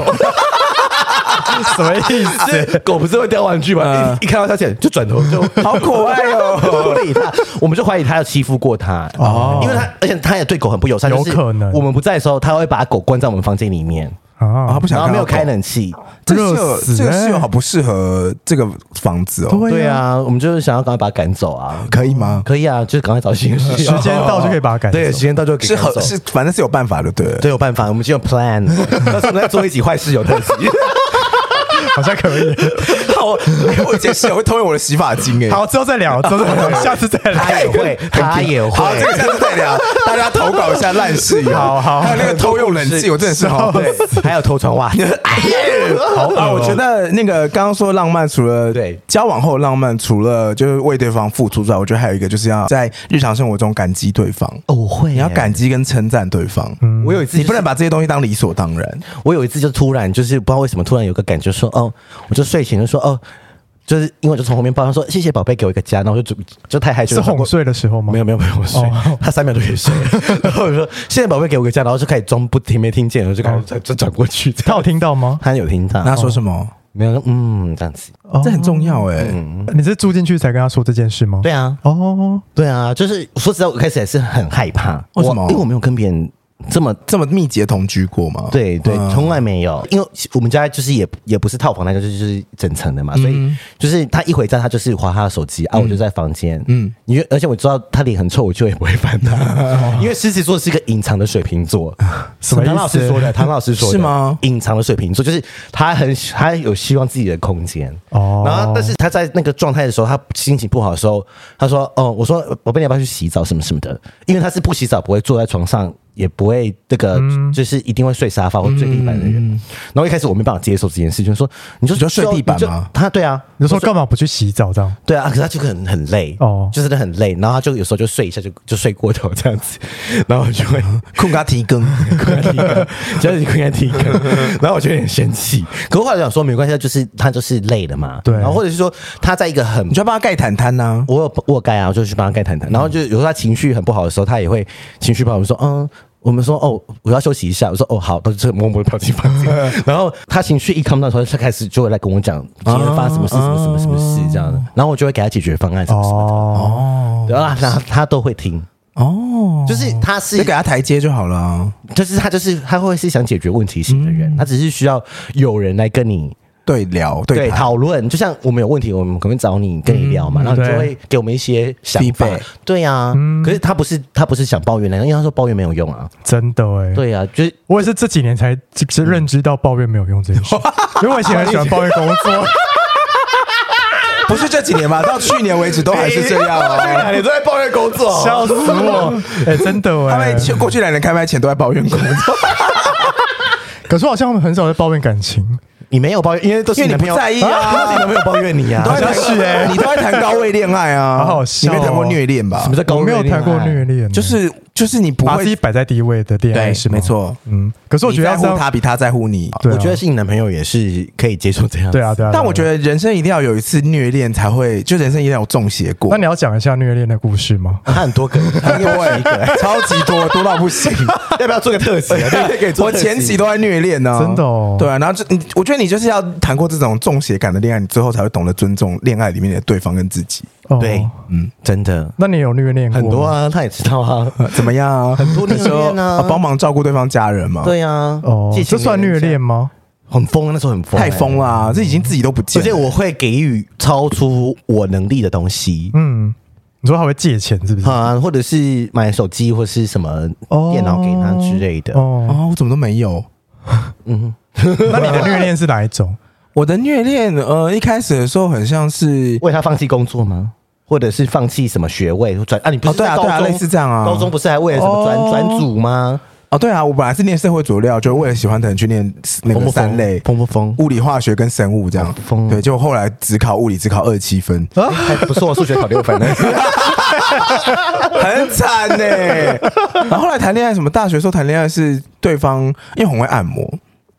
什么意
就
思？
是狗不是会叼玩具吗？一一看到他起来就转头 就
好可爱哦
不理他， 我们就怀疑他有欺负过他哦，因为他而且他也对狗很不友善，
有
就是
可能
我们不在的时候，他会把狗关在我们房间里面，
啊，
啊
不，想
然后
看
没有
到狗
开冷气。
这个室友
热死
这个室友
欸
好不适合这个房子哦，
哎对，啊，我们就是想要赶快把他赶走啊，
可以吗？
可以啊，就是赶快找新的室友
时间到就可以把它赶走
对，时间到就可以
是
赶走
合是，反正是有办法的，对了。
对，有办法，我们就有 plan。但是我们在做一集坏室友特 辑，
好像可以。
好，哎 我以前室友会偷用我的洗发精哎。
好，之后再聊，之后再聊，下次再聊。
他也会，他也
哎 好，这
会。
个下次再聊，大家投稿一下烂事友。
好好
还有那个偷用冷气，我真的是哦好。对，
对，还有偷穿袜子，
好啊，
哦
我觉得那个刚刚说浪漫，除了
对
交往后浪漫，除了就是为对方付出之外，我觉得还有一个就是要在日常生活中感激对方，
哦，我会，
你要感激跟称赞对方。
我有一次
嗯你不能把这些东西当理所当然。
我有一次就突然就是不知道为什么突然有个感觉说，哦，我就睡前就说，哦，就是因为我就从后面抱他说，谢谢宝贝给我一个家，然后我就就就太害羞
是
了，
哄睡的时候吗？
没有没有没有我睡，
哦
他三秒就可以睡，然后我就说谢谢宝贝给我一个家，然后就开始装不听没听见，然后就开始转转转过去，这
他
样
有听到吗？
他有听到，
那他说什么？
没有？嗯，这样子，
这很重要哎。
你是住进去才跟他说这件事吗？
嗯对啊，
哦，
对啊，就是说实在，我开始也是很害怕，
为什么
我因为我没有跟别人这么
这么密集的同居过吗？
对对，
嗯
从来没有，因为我们家就是也也不是套房，那就是就是整层的嘛，所以就是他一回家，他就是划他的手机啊，我就在房间，嗯，因为而且我知道他脸很臭，我就也不会烦他，因为狮子座是一个隐藏的水瓶座，
什么意思
唐老师说的，唐老师说的
是吗
隐藏的水瓶座就是他很他有希望自己的空间
哦
然后但是他在那个状态的时候，他心情不好的时候，他说哦，我说宝贝，你要不要去洗澡什么什么的，因为他是不洗澡不会坐在床上。也不会这个，就是一定会睡沙发或睡地板的人。然后一开始我没办法接受这件事情，就说你就
你就睡地板
你就
吗
他对啊，
你就说干嘛不去洗澡这样？
对啊，可是他就很很累哦
哦，
就真的很累，然后他就有时候就睡一下就就睡过头这样子，然后我就会
困嘎提更，
困在地坑，就是你困在地坑，然后我就有点生气。可我后来想说没关系，就是他就是累了嘛，
对
然后或者是说他在一个很
你就要帮他盖毯毯呐。
我有我有盖啊，我就去帮他盖毯毯。然后就有时候他情绪很不好的时候，他也会情绪不好，我们说嗯。我们说哦，我要休息一下。我说哦，好，都是默默地跑进房 间。然后他情绪一 calm down 的时候，他开始就会来跟我讲今天发生什么事、什么什么什么事这样的。然后我就会给他解决方案什么什么
哦，
的。啊然后他他都会听，
哦，
就是他是
就给他台阶就好了啊。
就是他就是他会是想解决问题型的人，他只是需要有人来跟你
对聊对
对
谈，
讨论。就像我们有问题，我们可能找你跟你聊嘛，然后你就
对
会给我们一些想法
Feedback。
对啊，可是他不是他不是想抱怨那个，因为他说抱怨没有用啊。
真的哎，
对啊，就是
我也是这几年才就是认知到抱怨没有用这件
嗯
事， 因为我以前很喜欢抱怨工 作，
不是这几年吧？到去年为止都还是这样哦。
你都在抱怨工作
笑死我！ 哎，真的
他
哎
们，去过去两年开麦前都在抱怨工作，
可是我好像很少在抱怨感情，
你没有抱怨，因为都是
因为
男
你
朋友
不在意啊
都是你男朋友抱怨你啊
你。都在谈
好像是欸
你都在谈高位恋爱啊，
好好笑哦
你没谈过虐恋吧啊
什么？叫
我
高
没有
热恋
谈过
爱
虐恋，
就是就是你不
把自己
会
摆在第一位的恋爱
对
是，吗
没，错。
嗯。可是我觉得要
你在
这
乎
样，
他比他在乎你，
对啊
我觉得是你男朋友也是可以接受这样。
对啊，对啊。
但我觉
得，
得人生一定要有一次虐恋才会，就人生一定要有中邪过
那。你要讲一下虐恋的故事吗？
他很多个，他给我一个，
超级多，多到不行。
要不要做个特辑啊？对可以做
我
特辑
前期都在虐恋呢、
真的哦
对啊，然后就你，我觉得你就是要谈过这种中邪感的恋爱，你最后才会懂得尊重恋爱里面的对方跟自己。
哦
对，嗯，真的
那你有虐恋过
很多
吗？
啊，他也知道啊，
怎么样啊？很
多虐恋啊
帮忙照顾对方家人嘛，
对啊，
哦，
借钱
这算
给人
虐
家
恋，吗？
很疯，啊那时候很疯，欸
太疯了、啊，这已经自己都不
而
见了。
且我会给予超出我能力的东西。
嗯，你说他会借钱是不是？
嗯
啊，或者是买手机或是什么
哦
电脑给他之类的，
哦，
哦，我怎么都没有。
那你的虐恋是哪一种？
我的虐恋，呃，一开始的时候很像是
为他放弃工作吗？或者是放弃什么学位转啊？你不
哦，
是
对
在
啊，
高
对
中、
啊，类似这样啊。
高中不是还为了什么转
哦
转组吗？
哦，对啊，我本来是念社会佐料，就为了喜欢的人去念那
疯不
个哎三类
疯？疯不疯？
物理、化学跟生物这样
好疯。哦
对，就后来只考物理，只考二 七分，
哎还不错，数学考六分 呢。
很惨呢、然后后来谈恋爱，什么大学时候谈恋爱是对方，因为很会按摩，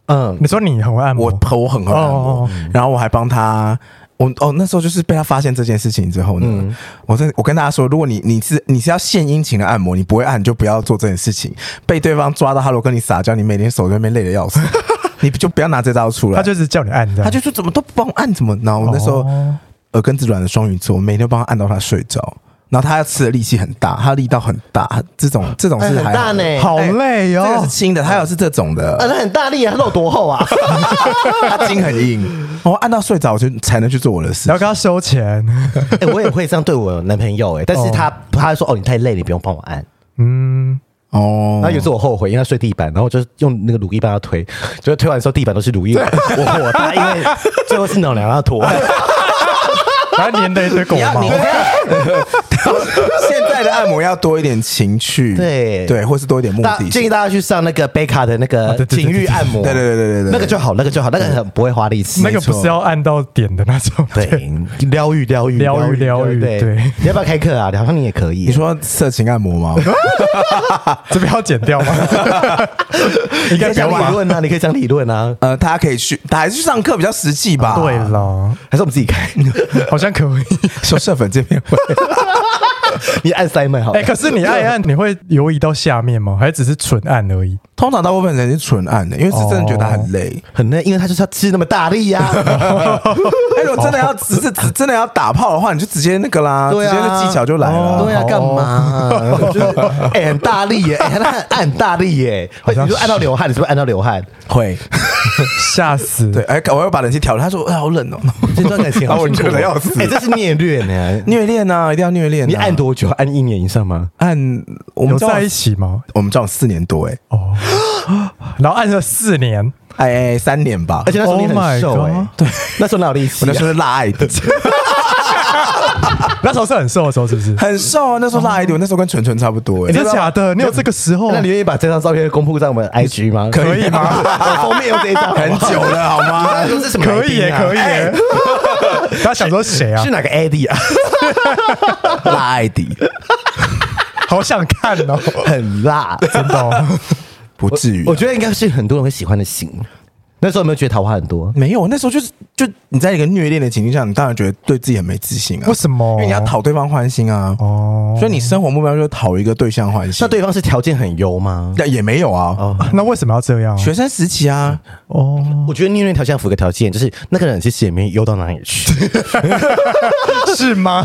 嗯，
你说你很会按摩
我，我很会按摩
哦哦哦，
然后我还帮他。我哦，那时候就是被他发现这件事情之后呢，我真我跟大家说，如果你你是你是要献殷勤的按摩，你不会按，你就不要做这件事情。被对方抓到他，如果跟你撒娇，你每天手在那边累的 要死，你就不要拿这招出来。
他就是叫你按这样，
啊他就说怎么都不帮我按，怎么？然后我那时候
哦
耳根子软的双鱼座，每天都帮他按到他睡着。然后他要吃的力气很大，他力道很大，这种这种
哎
是
很
还
大
好的
呢，
好累
哎这
哦
个是。轻的，他有是这种
啊，
的，
那很大力啊，他肉多厚 啊？
他筋很 硬，然后哦按到睡着，我就才能去做我的事
然。后跟他收钱，
哎，我也会这样对我男朋友哎，但是他他说哦，你太累，你不用帮我按。
嗯，
哦
然后有一次我后悔，因为他睡地板，然后我就用那个乳液帮他推，就是推完之后地板都是乳液，我火大，因为最后是老娘要拖。
然后粘的一堆狗
你要
毛
你，现在的按摩要多一点情 趣，
对
对，或是多一点目
大
的
建
性
议。大家去上那个贝卡的那
啊
个
对对对
情欲按摩，
对对对对对对
那个就好，那个就好，那个很不会花力气，
那个不是要按到点的那种，
对疗愈疗愈
疗愈疗愈
对
对，
你要不要开课啊？好像你也可以，
你说色情按摩 吗？
这边要剪掉吗？应
你可
该不要
以讲理
吧？
论啊，你可以讲理论啊，
呃，大家可以去，大家还是去上课比较实际吧。
对，了，
还是我们自己开？
好像可以。
说社粉这边会。
你按 Simon 好 了
哎，，可是你按一按，你会游移到下面吗？还是只是纯按而已？
通常大部分人是纯按的，因为是真的觉得很 累。
很累，因为他就是要吃那么大力呀，啊
哎、如果真的要只是只真的要打炮的话，你就直接那个啦，
对啊
直接那技巧就来了。哦
对啊，干嘛？就是哎，很大力耶，哎，他按按很大力耶，会
像
你就是按到流汗，你是不是按到流汗？
会
吓死！
对，哎、我要把冷气调了。他说、哎好冷哦、
这段感情好辛苦
我觉得要死
哎，这是虐恋呢。
虐恋啊，一定要虐恋、啊。
你按多久？按一年以上吗？
按我们
有
交往
在一，起吗？
我们交往四年多、哎
哦，然后按了四年，
哎哎哎三年吧。
而且那时候你
Oh my
很瘦哎、
God
对，那时候哪有力
我
气、
那
啊
时？候是辣爱的，
那时候是很瘦的时候，是不是？
很瘦啊，那时候辣爱的，我那时候跟纯纯差不多、哎
真的假的？你有这个时候
那？你愿意把这张照片公布在我们 IG 吗？
可以 吗
我封面有这一张，
很久了好吗？
这是什么来宾啊、
可以耶，可以 耶。他想说谁啊
是？哪个 Eddie 啊？
辣爱的
好想看哦，
很辣，
真的哦。
不至于啊、
我觉得应该是很多人会喜欢的型。那时候有没有觉得桃花很多？
没有，那时候就是就你在一个虐恋的情境下，你当然觉得对自己很没自信啊。
为什么
因为你要讨对方欢心啊。
哦
所以你生活目标就是讨一个对象欢心。
那对方是条件很优吗？
但也没有啊。
那为什么要这样？
学生时期啊，
哦，
我觉得虐恋条件符合个条件，就是那个人其实也没优到哪里去。
是吗？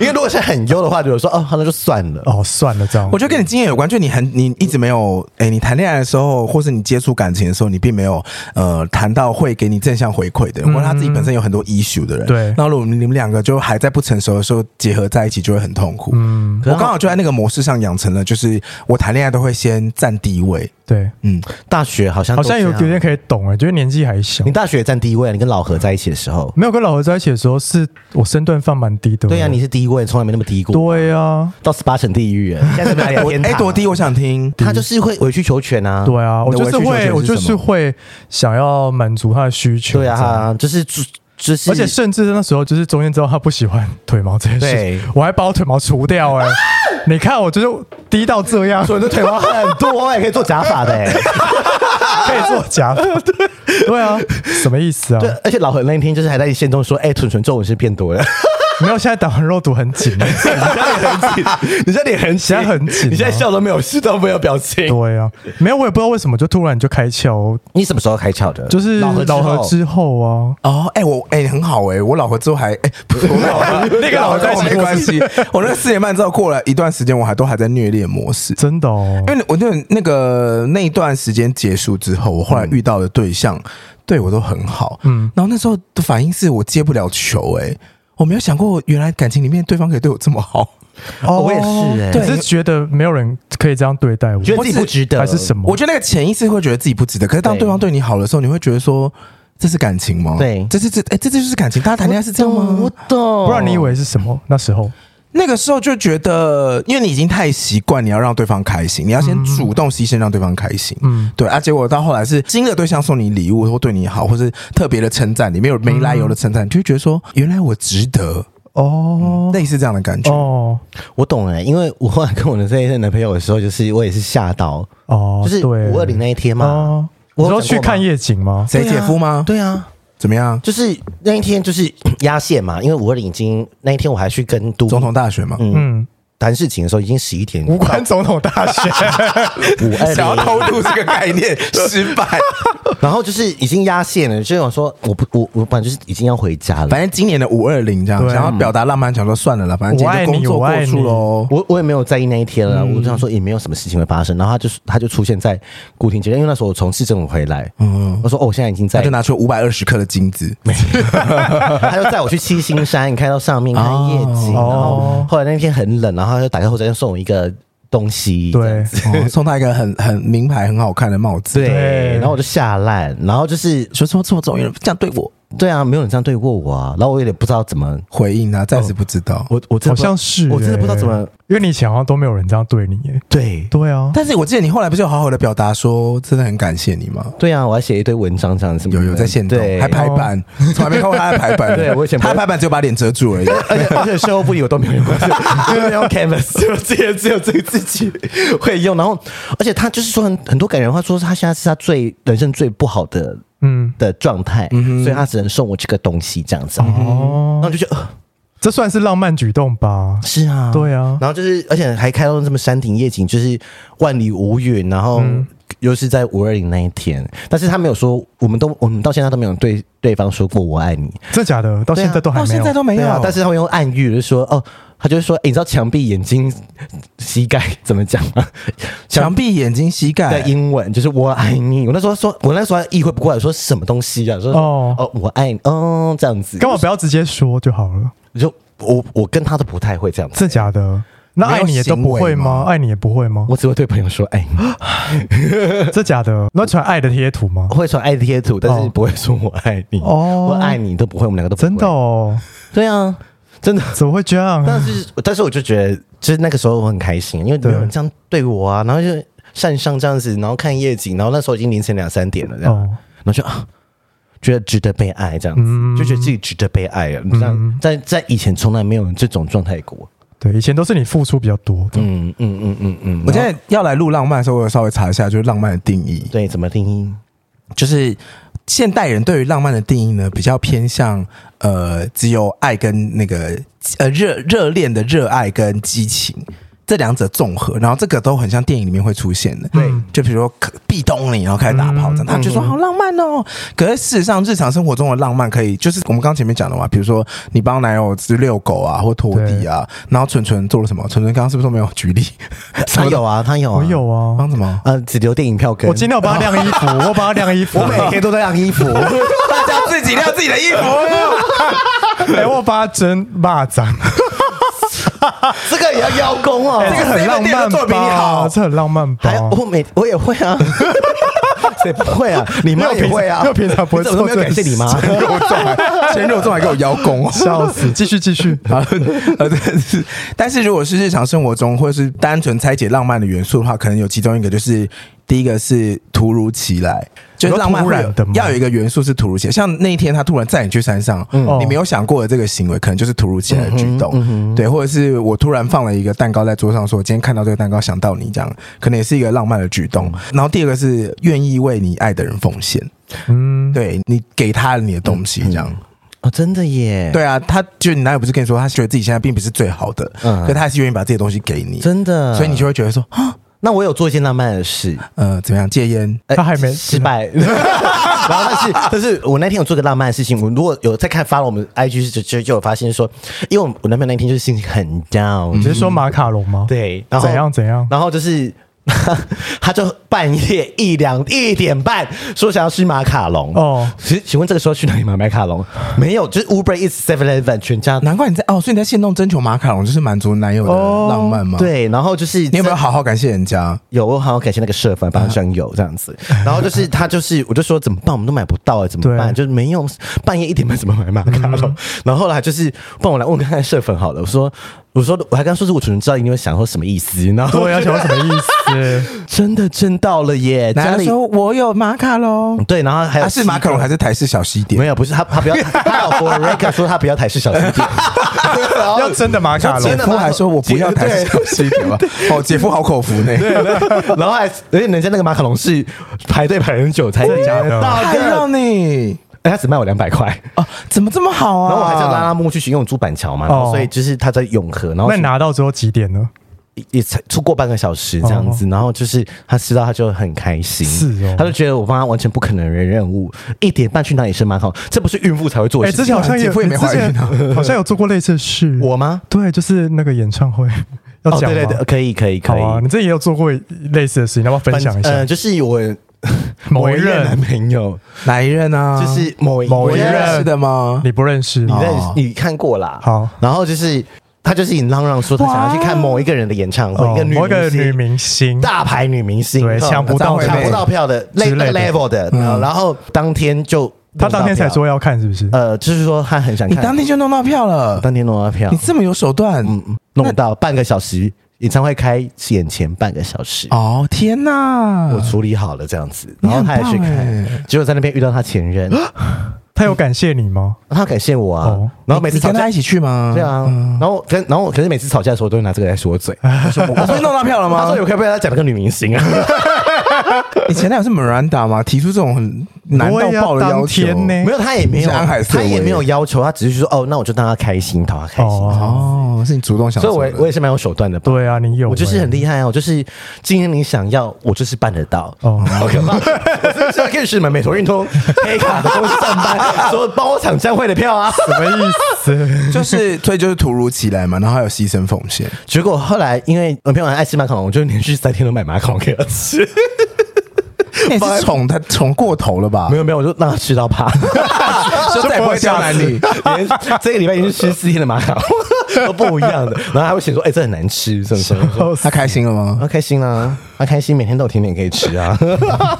因为如果是很优的话，就有说哦，好那就算了。
哦，算了，这样
我。觉得跟你经验有关，就你很你一直没有，哎、你谈恋爱的时候，或是你接触感情的时候，你并没有呃谈到会给你正向回馈的人，或者他自己本身有很多 issue 的人。
对
那如果你们两个就还在不成熟的时候结合在一起，就会很痛苦。嗯，我刚好就在那个模式上养成了，就是我谈恋爱都会先占第一位。
对，
嗯，
大学好像
好
都这
像
样
有有点可以懂哎，就是年纪还小
啊你，大学占第一位，你跟老何在一起的时候，
没有跟老何在一起的时候，是我身段放蛮低的。
对呀、啊你是第一位，从来没那么低过。
对啊呀，
到十八层地狱，哎现在是哪里啊
我
天
哎、
堂？
多低？我想听。
他就是会委曲求全啊。
对啊，我
你的
就是
委曲求全
会，
是
我就是
什么
会想要满足他的需求。
对啊
这样，
啊，就是主就是
而且甚至那时候就是中间知道他不喜欢腿毛这件
对
事，我还把我腿毛除掉哎、你看我就是低到这样，
所以你的腿毛很多，我也可以做假发的、欸。
可以做假发，啊对啊，什么意思啊？
对，而且老很那天就是还在线中说，哎、蠢蠢皱纹是变多了。
没有，现在打完肉毒很紧，啊
你现在脸很紧，
现在很紧啊
你现在笑都没有，事都没有表情。
对啊，没有，我也不知道为什么就突然就开窍哦，
你什么时候开窍的？
就是
老何之后
老何 之后啊，
哦，哎、我哎、很好哎、我老婆之后还哎、不是我老 婆
那个老婆
婆跟我没关系，我那个四点半之后过了一段时间，我还都还在虐恋模式。
真的哦，
因为我那那个那一段时间结束之后，我后来遇到的对象、对我都很好，嗯，然后那时候的反应是我接不了球、哎，我没有想过原来感情里面对方可以对我这么好，
哦我也是欸
只是觉得没有人可以这样对待我，
觉得自己不值得，
还是什么？
我觉得那个潜意识会觉得自己不值得，可是当
对
对方对你好的时候，你会觉得说这是感情吗？
对
这是这哎、这这就是感情，大家谈恋爱是这样吗？
我懂，
不然你以为是什么？那时候
那个时候就觉得，因为你已经太习惯你要让对方开心，你要先主动牺牲让对方开心。
嗯
嗯，对啊，结果到后来是新的对象送你礼物或对你好，或是特别的称赞你，没有没来由的称赞，你就会觉得说原来我值得，
哦
类似这样的感觉。
哦
我懂哎、因为我后来跟我的这一任男朋友的时候，就是我也是吓到，
哦，
就是
对
五二零那一啊天嘛，
哦，
我
你说
有讲
去
过吗
看夜景吗？
谁姐夫吗？
对啊，
怎么样？
就是那一天就是压线嘛，因为五二零已经那一天我还去跟都
总统大选嘛，
嗯，
谈事情的时候已经十一点
无关总统大选，
五二
想要
零，
偷渡这个概念失 败。
然后就是已经压线了，就想说我不我我本来就是已经要回家了，
反正今年的五二零这样，
对啊
想要表达浪漫，想说算了啦，反正今天就工作
我爱
过
你
去喽。
我我也没有在意那一天了，我就想说也没有什么事情会发生，然后他就是他就出现在古亭街，因为那时候我从市政府回来，嗯，我说哦我现在已经
他
在
就拿出五百二十克的金子，
他就带 我去七星山，你看到上面看夜景。然后
哦
后来那天很冷，然后他就打开后车厢送我一个东西，这
对
样子，
哦送他一个很很名牌、很好看的帽子。
对
对，
然后我就吓烂，然后就是
说说这么总有人这样对我，
对啊，没有人这样对过我啊，然后我有点不知道怎么，
回应啊他，暂时不知道。
哦我我
好
真的不知道
像是，欸
我真的不知道怎么，
因为你以前好像都没有人这样对你耶，
对
对啊，
但是我记得你后来不是有好好的表达说，真的很感谢你吗？
对啊，我还写一堆文章这样子，
有有在现动，
对哦
还。排版，从来没看过他的排 版。
对我以前不哦
他的排版只有把脸遮住而已。
而 且而且售后部里我都没有 用过，就没有用 Canvas，就啊只有只有只有自己会用。然后，而且他就是说很很多感人话，说是他现在是他最人生最不好的
嗯，
的状态，所以他只能送我这个东西这样子。然后
哦，
就觉得、呃
这算是浪漫举动吧？
是啊，
对啊
然后就是，而且还开到这么山顶夜景，就是万里无云，然后又是在五二零那一天，但是他没有说，我们都我们到现在都没有对对方说过我爱你，
真的假的？
啊
到现在都还
到
没
现
有
在，都没
对啊
有，，
但是他会用暗喻，就是说哦。他就会说：“诶你知道墙壁、眼睛、膝盖怎么讲吗？
墙壁、眼睛、膝
哎
的
盖，
英文就是我爱你。”我那时候说，我那时候还意会不过来，说什么东西啊？说哦
哦
哦，我爱你，哦，这样子。
干嘛不要直接说就好了？
就我我跟他都不太会这样子，
真的假的？那爱你也都不会
没有行为
吗？
吗
爱你也不会吗？
我只会对朋友说爱你，
真的假的？那传爱的贴图吗？
会传爱贴图，但是
哦
不会说我爱你
哦
我爱你都不会，我们两个都不会
真的哦，
对啊，真的。
怎么会这样？
但是但是我就觉得，就是那个时候我很开心，因为没有人这样对我啊，然后就山上这样子，然后看夜景，然后那时候已经凌晨两三点了，这样，
哦
然后就啊。觉得值得被爱，这样子、
嗯
就觉得自己值得被爱了。这样、在在以前从来没有这种状态过。
对，以前都是你付出比较多，
嗯嗯嗯嗯嗯。
我
然
现
后
在要来录浪漫的时候，我有稍微查一下，就是浪漫的定义，
对怎么定义？
就是现代人对于浪漫的定义呢，比较偏向呃，只有爱跟那个呃热热恋的热爱跟激情这两者综合，然后这个都很像电影里面会出现的。
对
就比如说可壁咚你，然后开始打炮，这样他就说好浪漫哦。可是事实上，日常生活中的浪漫可以就是我们刚刚前面讲的嘛，比如说你帮男友去遛狗啊，或拖地啊，然后纯纯做了什么？纯纯刚刚是不是都没有举例？
他有啊，他有、啊，
我有啊
帮。什么？
呃，只留电影票根。
我今天我帮他晾衣服，我帮他晾衣服，
我每天都在 晾衣服，
大家自己晾自己的衣服。
哎，我帮他蒸蚂蚱，
这个也要邀功哦。
哎这个很浪漫
做得比你
吧？
好
这很浪漫吧
还？哦我每我也会 啊，谁不会啊？你妈也会啊？
因为我平常因为我平常不会
你怎么都没有感谢你妈？
鲜肉粽还鲜肉粽还给我邀功哦。
笑死！继续继续，
啊，呃，但是但是如果是日常生活中，或者是单纯拆解浪漫的元素的话，可能有其中一个就是第一个是突如其来，就是浪漫
突
会
然
有
的吗
要有一个元素是突如其来，像那一天他突然载你去山上，你没有想过的这个行为，可能就是突如其来的举动，对，或者是我突然放了一个蛋糕在桌上，说我今天看到这个蛋糕想到你，这样可能也是一个浪漫的举动。然后第二个是愿意为你爱的人奉献，
嗯，
对你给他你的东西，这样。
哦，真的耶，，
对啊，他就你男友不是跟你说，他觉得自己现在并不是最好的，
嗯
可他还是愿意把这些东西给你，
真的，
所以你就会觉得说，啊
那我有做一件浪漫的事，
呃，怎么样戒烟？
呃
他还没
失败。 然后但是，但是我那天有做个浪漫的事情。我如果有在看发了我们 IG 就就就有发现说，因为我我男朋友那天就是心情很 down，、
只是说马卡龙吗？，
对，然
嗯
后
怎样怎样？
然后就是。 他就半夜一两一点半说想要吃马卡龙哦
哦，
其实请问这个时候去哪里买马卡龙？没有，就是 Uber Eats、Seven Eleven 全家
难怪你在哦，所以你在线动征求马卡龙，就是满足男友的浪漫吗？，
哦对，然后就是
你有没
在
有好好感谢人家？
有，我好像感谢那个社粉帮他上油这样 子。然后就是他就是，我就说怎么办？我们都买不到、欸，怎么
对
办？就是没用，半夜一点半怎么买马卡龙？
嗯
然后后来就是，帮我来问看看社粉好了。我说，我说我还跟他说是我纯纯知道你会想说什么意思，然后
对啊，想要什么意 思？
真的真到了耶，家
男友
里
说我有马卡龙，
对，然后还有
他是马卡龙还是台式小西点？
没有，不是他，他不 要，他有 f o r e c a 说他不要台式小吃店，
要真的马卡龙
姐
真的
夫还说我不要台式小西点吧？哦，姐夫好口福呢，
然后还而且人家那个马卡龙是排队排很久才
真的假的
拿到
还
的
要，你
哎，他只卖我两百块，
哦，怎么这么好啊？
然后我还叫拉拉木去巡用珠板桥嘛，然后所以就是他在永和，然后
哦那你拿到之后几点呢？
也才出过半个小时这样子，然后就是他吃到他就很开心，
哦是哦
他就觉得我帮他完成不可能的任务，一点半去哪里吃马卡龙，这不是孕妇才会做的
哎，
事
之
情
前
吗，
好像
姐
有，
夫也没
之
怀
前
孕啊
好像有做过类似的事。
我吗？
对，就是那个演唱会要
哦，
讲
对对
吗
对，可以可以可
好
以，
啊，你自己也有做过类似的事情，要不要分享一
呃，
下？
就是我
某一
任
任
男朋友，
哪一任啊？
就是某一
某一
我
任
认识
是的吗？
你不认识？
你认识
哦
你看过啦。
好，
然后就是他就是引浪浪说他想要去看某一个人的演唱会，
哦
一个女
某一个
明星
女明星，
大牌女明星，
对
嗯
抢不到
张惠
抢
妹
不到票的那
之
那
类的
个 level 的，然后然后当天就
她当天才
弄
说要看，是不是？
到票，呃，就是说他很想
你
看，
当天就弄到票了，
当天弄到票
你，这么有手段，
嗯弄到半个小时，演唱会开演前半个小时。
哦天哪！
我处理好了这样子，
你
然后
很
他也去
棒
看
欸，
结果在那边遇到他前任，
她有感谢你 吗？
他感谢我啊
哦，
然后每次
你跟
吵
他
架
一起去吗？嗯
对啊，然后跟然后可是每次吵架的时候都会拿这个来说嘴，他说我
我不是弄到票了
他
吗
说？有可以被他讲那个女明星啊，
你前男友是 Miranda 吗？提出这种很难到爆的要求
不会啊当天呢
没有他也没有，
是安海瑟
他
薇
也没有要求，他只是说哦，那我就当他开心，讨他开心。
哦
哦，是你主动想
所以
做
我
的，
也我也是蛮有手段的吧，
对啊，你有欸，
我就是很厉害啊，我就是今天你想要，我就是办得到。
哦，
好可 怕！我真的是要跟你们美国运通 黑卡的公司上班，说帮我抢江会的票啊。
什么意 思？
就是 所以就是突如其来嘛，然后还有牺牲奉献，
结果后来因为我朋友很爱吃马卡龙，我就连续三天都买马卡龙给他 吃。
你是宠他宠过头了吧
没？有没有，我就让他吃到 怕。
就再也不会刁难你。
连这个礼拜已经吃四天的马卡龙 都不一样的，然后还会写说，哎、这很难吃，这么说。
他开心了吗？
他开心啊，他开心，每天都有甜点可以吃啊。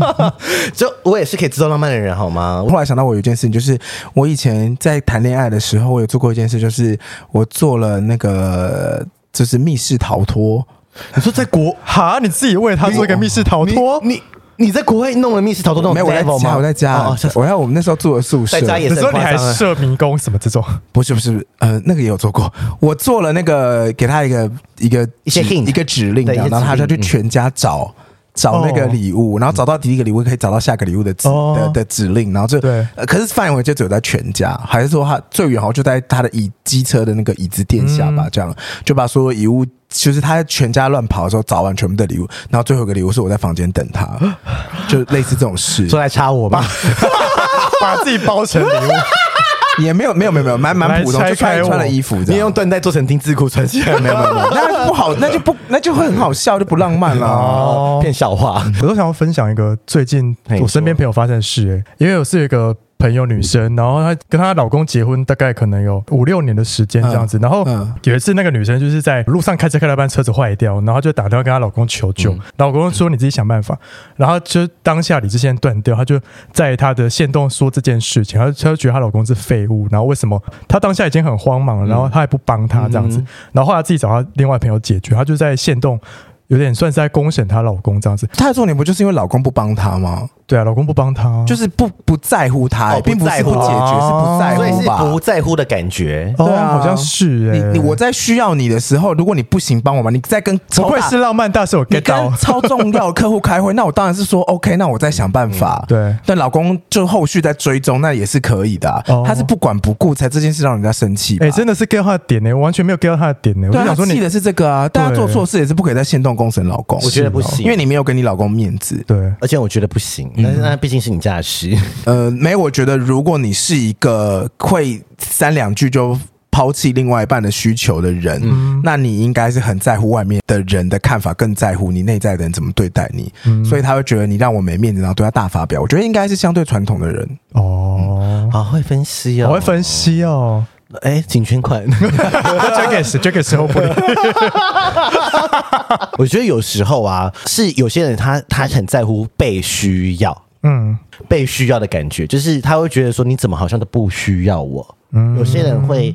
就我也是可以制造浪漫的人，好吗
我？后来想到我有一件事情，就是我以前在谈恋爱的时候，我有做过一件事，就是我做了那个就是密室逃脱。
你说在国哈，你自己为他做一个密室逃脱，
你你在国外弄了密室逃脱那种
没有，我在
level
家，
哦吗？
我在家
哦，
我在我们那时候住的宿舍，
在家也
你
是很
说你
夸
还
张啊。
设迷宫什么这种？
不是不是，呃，那个也有做过。我做了那个，给他一个一个
一些
指
hint
一个指令这
对一
样，
些
然后他
指
就
令
去全家找。找那个
哦
礼物，然后找到第一个礼物，可以找到下个礼物的指、
哦
的的指令，然后就
对
呃可是范围就只有在全家，还是说他最远好像就在他的椅机车的那个椅子垫下
嗯
吧，这样就把所有礼物，就是他全家乱跑的时候找完全部的礼物，然后最后一个礼物是我在房间等 他，就类似这种事，
说来插我吧，
把自己包成礼物，
也没有没有没有没有蛮蛮普通，
来拆开
就穿
我
穿了衣服这样，
你用缎带做成丁字裤穿起来，没有没有没有，
那就不 好，那就不，那就会很好笑，就不浪漫啦。
哦
骗笑话。
我都想要分享一个最近
嘿
我身边朋友发生的事、欸，因为我是有一个朋友女生，然后她跟她老公结婚大概可能有五六年的时间这样子，然后
嗯
有一次那个女生就是在路上开车开到一半车子坏掉，然后她就打电话跟她老公求
嗯
救，老公说你自己想办法，然后就当下理智线断掉，她就在她的线动说这件事情，她就她就觉得她老公是废物，然后为什么她当下已经
嗯
很慌忙了，然后她还不帮她这样子，然后后来自己找她另外朋友解决，她就在线动。有点算是在公审她老公这样子。
她的重点不就是因为老公不帮她吗？
对啊，老公不帮她，
就是不不在乎她、
哦不
并不
在
是
乎
不解决，是不在
所以
乎
是
吧？
不在乎的感觉。
哦，
对啊
好像是哎、
你你我在需要你的时候，如果你不行帮我忙，你再跟
不
超
愧
大
是浪漫大师，我
你
get 到
跟超重要的客户开会，那我当然是说 OK，那我再想办法。
嗯对
但老公就后续再追踪，那也是可以的啊、
哦
他是不管不顾，才这件事让人家生气吧。
哎、真的是 get 到他的点呢、我完全没有 get 到他的点呢、我
对
就
啊，
想
他
说
气
你
的是这个啊，大家做错事也是不可以在限动公审老公，
我觉得不行嗯
因为你没有给你老公面子。
对
而且我觉得不行，但是那毕竟是你家的事，
呃，没有，我觉得如果你是一个会三两句就。抛弃另外一半的需求的人，那你应该是很在乎外面的人的看法，更在乎你内在的人怎么对待你，所以他会觉得你让我没面子，然后对他嗯大发表。我觉得应该是相对传统的人，
哦，
好会分析哦，
我会分析 哦，
哎，请捐款。
交给谁？交给谁？后不
我觉得有时候啊，是有些人他他很在乎被需要，
嗯，
被需要的感觉，就是他会觉得说你怎么好像都不需要我。有些人会，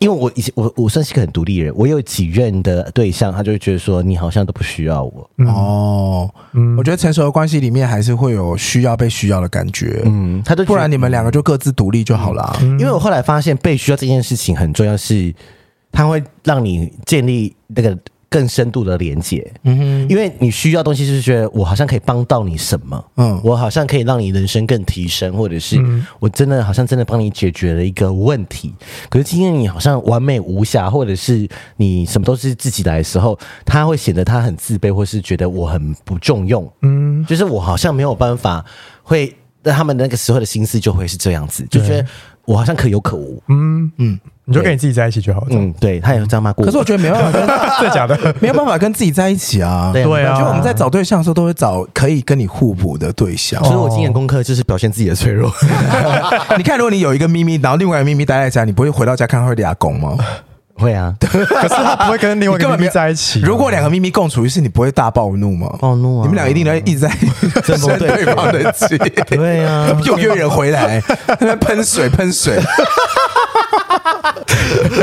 因为我以前我我算是一个很独立的人，我有几任的对象，他就会觉得说你好像都不需要我。
哦，我觉得成熟的关系里面还是会有需要被需要的感觉，
嗯，他就觉得
不然你们两个就各自独立就好啦。
因为我后来发现被需要这件事情很重要是，它会让你建立那个更深度的连接。嗯哼，因为你需要东西，就是觉得我好像可以帮到你什么，嗯
嗯，
我好像可以让你人生更提升，或者是我真的好像真的帮你解决了一个问题。可是今天你好像完美无瑕，或者是你什么都是自己来的时候，他会显得他很自卑，或是觉得我很不重用。嗯，就是我好像没有办法会。那他们那个时候的心思就会是这样子，就觉得我好像可有可无。嗯
你就跟你自己在一起就好了。
嗯
对他也有这样骂过我。
可是我觉得没办法跟
真的假的？
没有办法跟自己在一起啊。
对
对啊
我觉得我们在找对象的时候，都会找可以跟你互补的 对象。啊
所以我今年功课就是表现自己的脆弱。
你看，如果你有一个秘密，然后另外一个秘密待在家，你不会回到家看到会俩拱吗？
会啊，
可是他不会跟另外一
你
个秘
根本
密
没有
在一起啊、
如果两个秘密共处一室，你不会大暴怒吗？
暴怒啊
你们俩一定都会一直在
针锋
生
对
对方的气。
对啊，
又约人回来，在那边喷水喷水，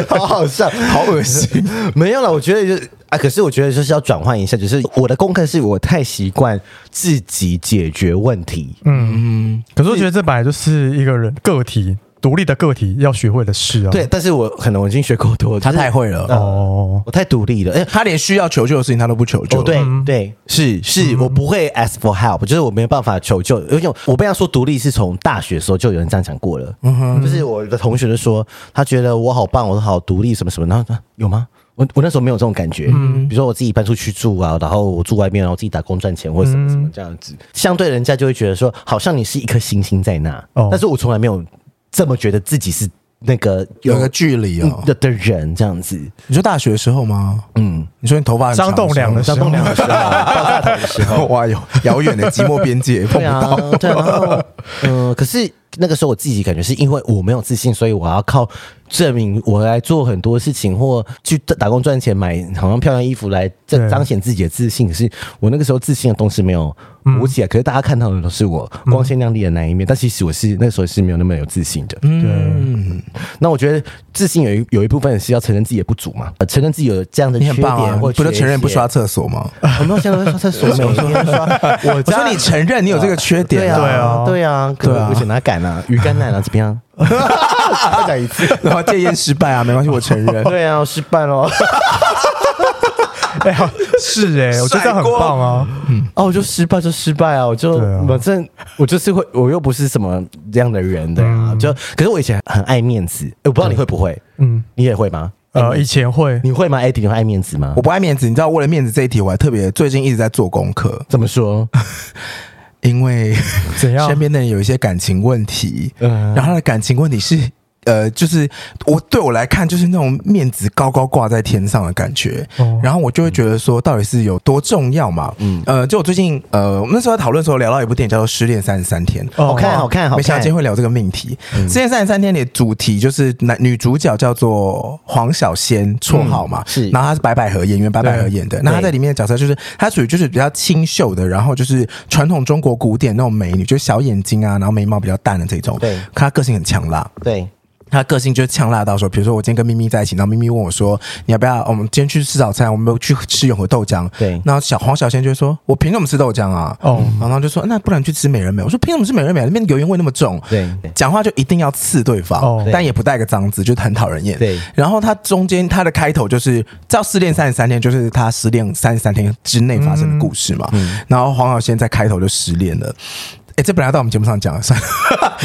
好 好笑，
好恶心。
没有了。我觉得就是啊，可是我觉得就是要转换一下，就是我的功课是我太习惯自己解决问题。
嗯
嗯
可是我觉得这本来就是一个人个体独立的个体要学会的事啊。
对，但是我可能我已经学够多，
他
就是
太会了，
哦，
我太独立了。哎、
他连需要求救的事情他都不求救。
哦，对对，是是，
嗯
我不会 ask for help，就是我没有办法求救。而且我被他说独立是从大学的时候就有人这样讲过了，
嗯
就是我的同学就说他觉得我好棒，我好独立什么什么，然后啊有吗？我我那时候没有这种感觉，
嗯
比如说我自己搬出去住啊，然后我住外面，然后自己打工赚钱或者什
嗯
么什么这样子，相对人家就会觉得说，好像你是一颗星星在那，
哦
但是我从来没有这么觉得自己是那个
有个距离哦。
的的人这样子，
你说大学的时候吗？嗯，你说你头发很长
张栋梁的时候
啊
张栋梁的时候，啊爆炸头的时候，
哇，有遥远的寂寞边界碰
对
不到。
啊，对啊，然后嗯、呃可是那个时候我自己感觉是因为我没有自信，所以我要靠证明我来做很多事情，或去打工赚钱买好像漂亮衣服来彰
对
彰显自己的自信。可是我那个时候自信的东西没有鼓起来，可是大家看到的都是我
嗯
光鲜亮丽的那一面，但其实我是那时候是没有那么有自信的。
嗯，
那我觉得自信有一有一部分是要承认自己的不足嘛，呃承认自己有这样的
你
缺
很棒啊
点，！或
你不就承认不
缺
刷厕所吗？
陷？我没有现在在上厕所，每天刷，我
我
家
说你承认你有这个缺
对
点
啊，
对啊
对啊，可
对
能
啊
我想拿杆啊，鱼竿奶 啊，怎么样？再 讲一次。
然后戒烟失败啊，没关系，我承认。
对啊，我失败了。
哎、好是哎、我觉得这样很棒啊。
哦，我就失败就失败啊，我就、
对啊
反正我就是会，我又不是什么这样的人的啊。就可是我以前很爱面子，诶我不知道你会不会？嗯哎
嗯，
你也会吗？
呃，以前 会，
你会吗？Eddie，你会爱面子吗
我？不爱面子，你知道，为了面子这一题，我还特别最近一直在做功课，
怎么说？
因为
怎样
身边的人有一些感情问题，
嗯
然后他的感情问题是。呃，就是我对我来看，就是那种面子高高挂在天上的感觉，
哦
然后我就会觉得说，到底是有多重要嘛？嗯，呃，就我最近呃，我们那时候在讨论的时候聊到一部电影叫做《失恋三十三天》，
好啊看，
哦
好看，好嗯
没想到
看
今天。会聊这个命题。《失恋三十三天》里的主题就是男女主角叫做黄小仙，绰号嘛，
嗯是
然后她是白百合演员，白百合演的。那她在里面的角色就是她属于就是比较清秀的，然后就是传统中国古典那种美女，就是小眼睛啊，然后眉毛比较淡的这种。
对
可她个性很强辣。
对，
他个性就是呛辣到说，比如说我今天跟咪咪在一起，然后咪咪问我说，你要不要我们今天去吃早餐？我们有去吃永和豆浆。
对
然后小黄小仙就会说，我凭什么吃豆浆啊？
哦
哦，然后他就说那不然去吃美人美。我说凭什么吃美人美？那边油烟味那么重。
对对
讲话就一定要刺对方，
哦
但也不带个脏字，就是很讨人厌。
对
然后他中间他的开头就是叫失恋三十三天，就是他失恋三十三天之内发生的故事嘛。
嗯
然后黄晓仙在开头就失恋了。哎，这本来要到我们节目上讲了，算了。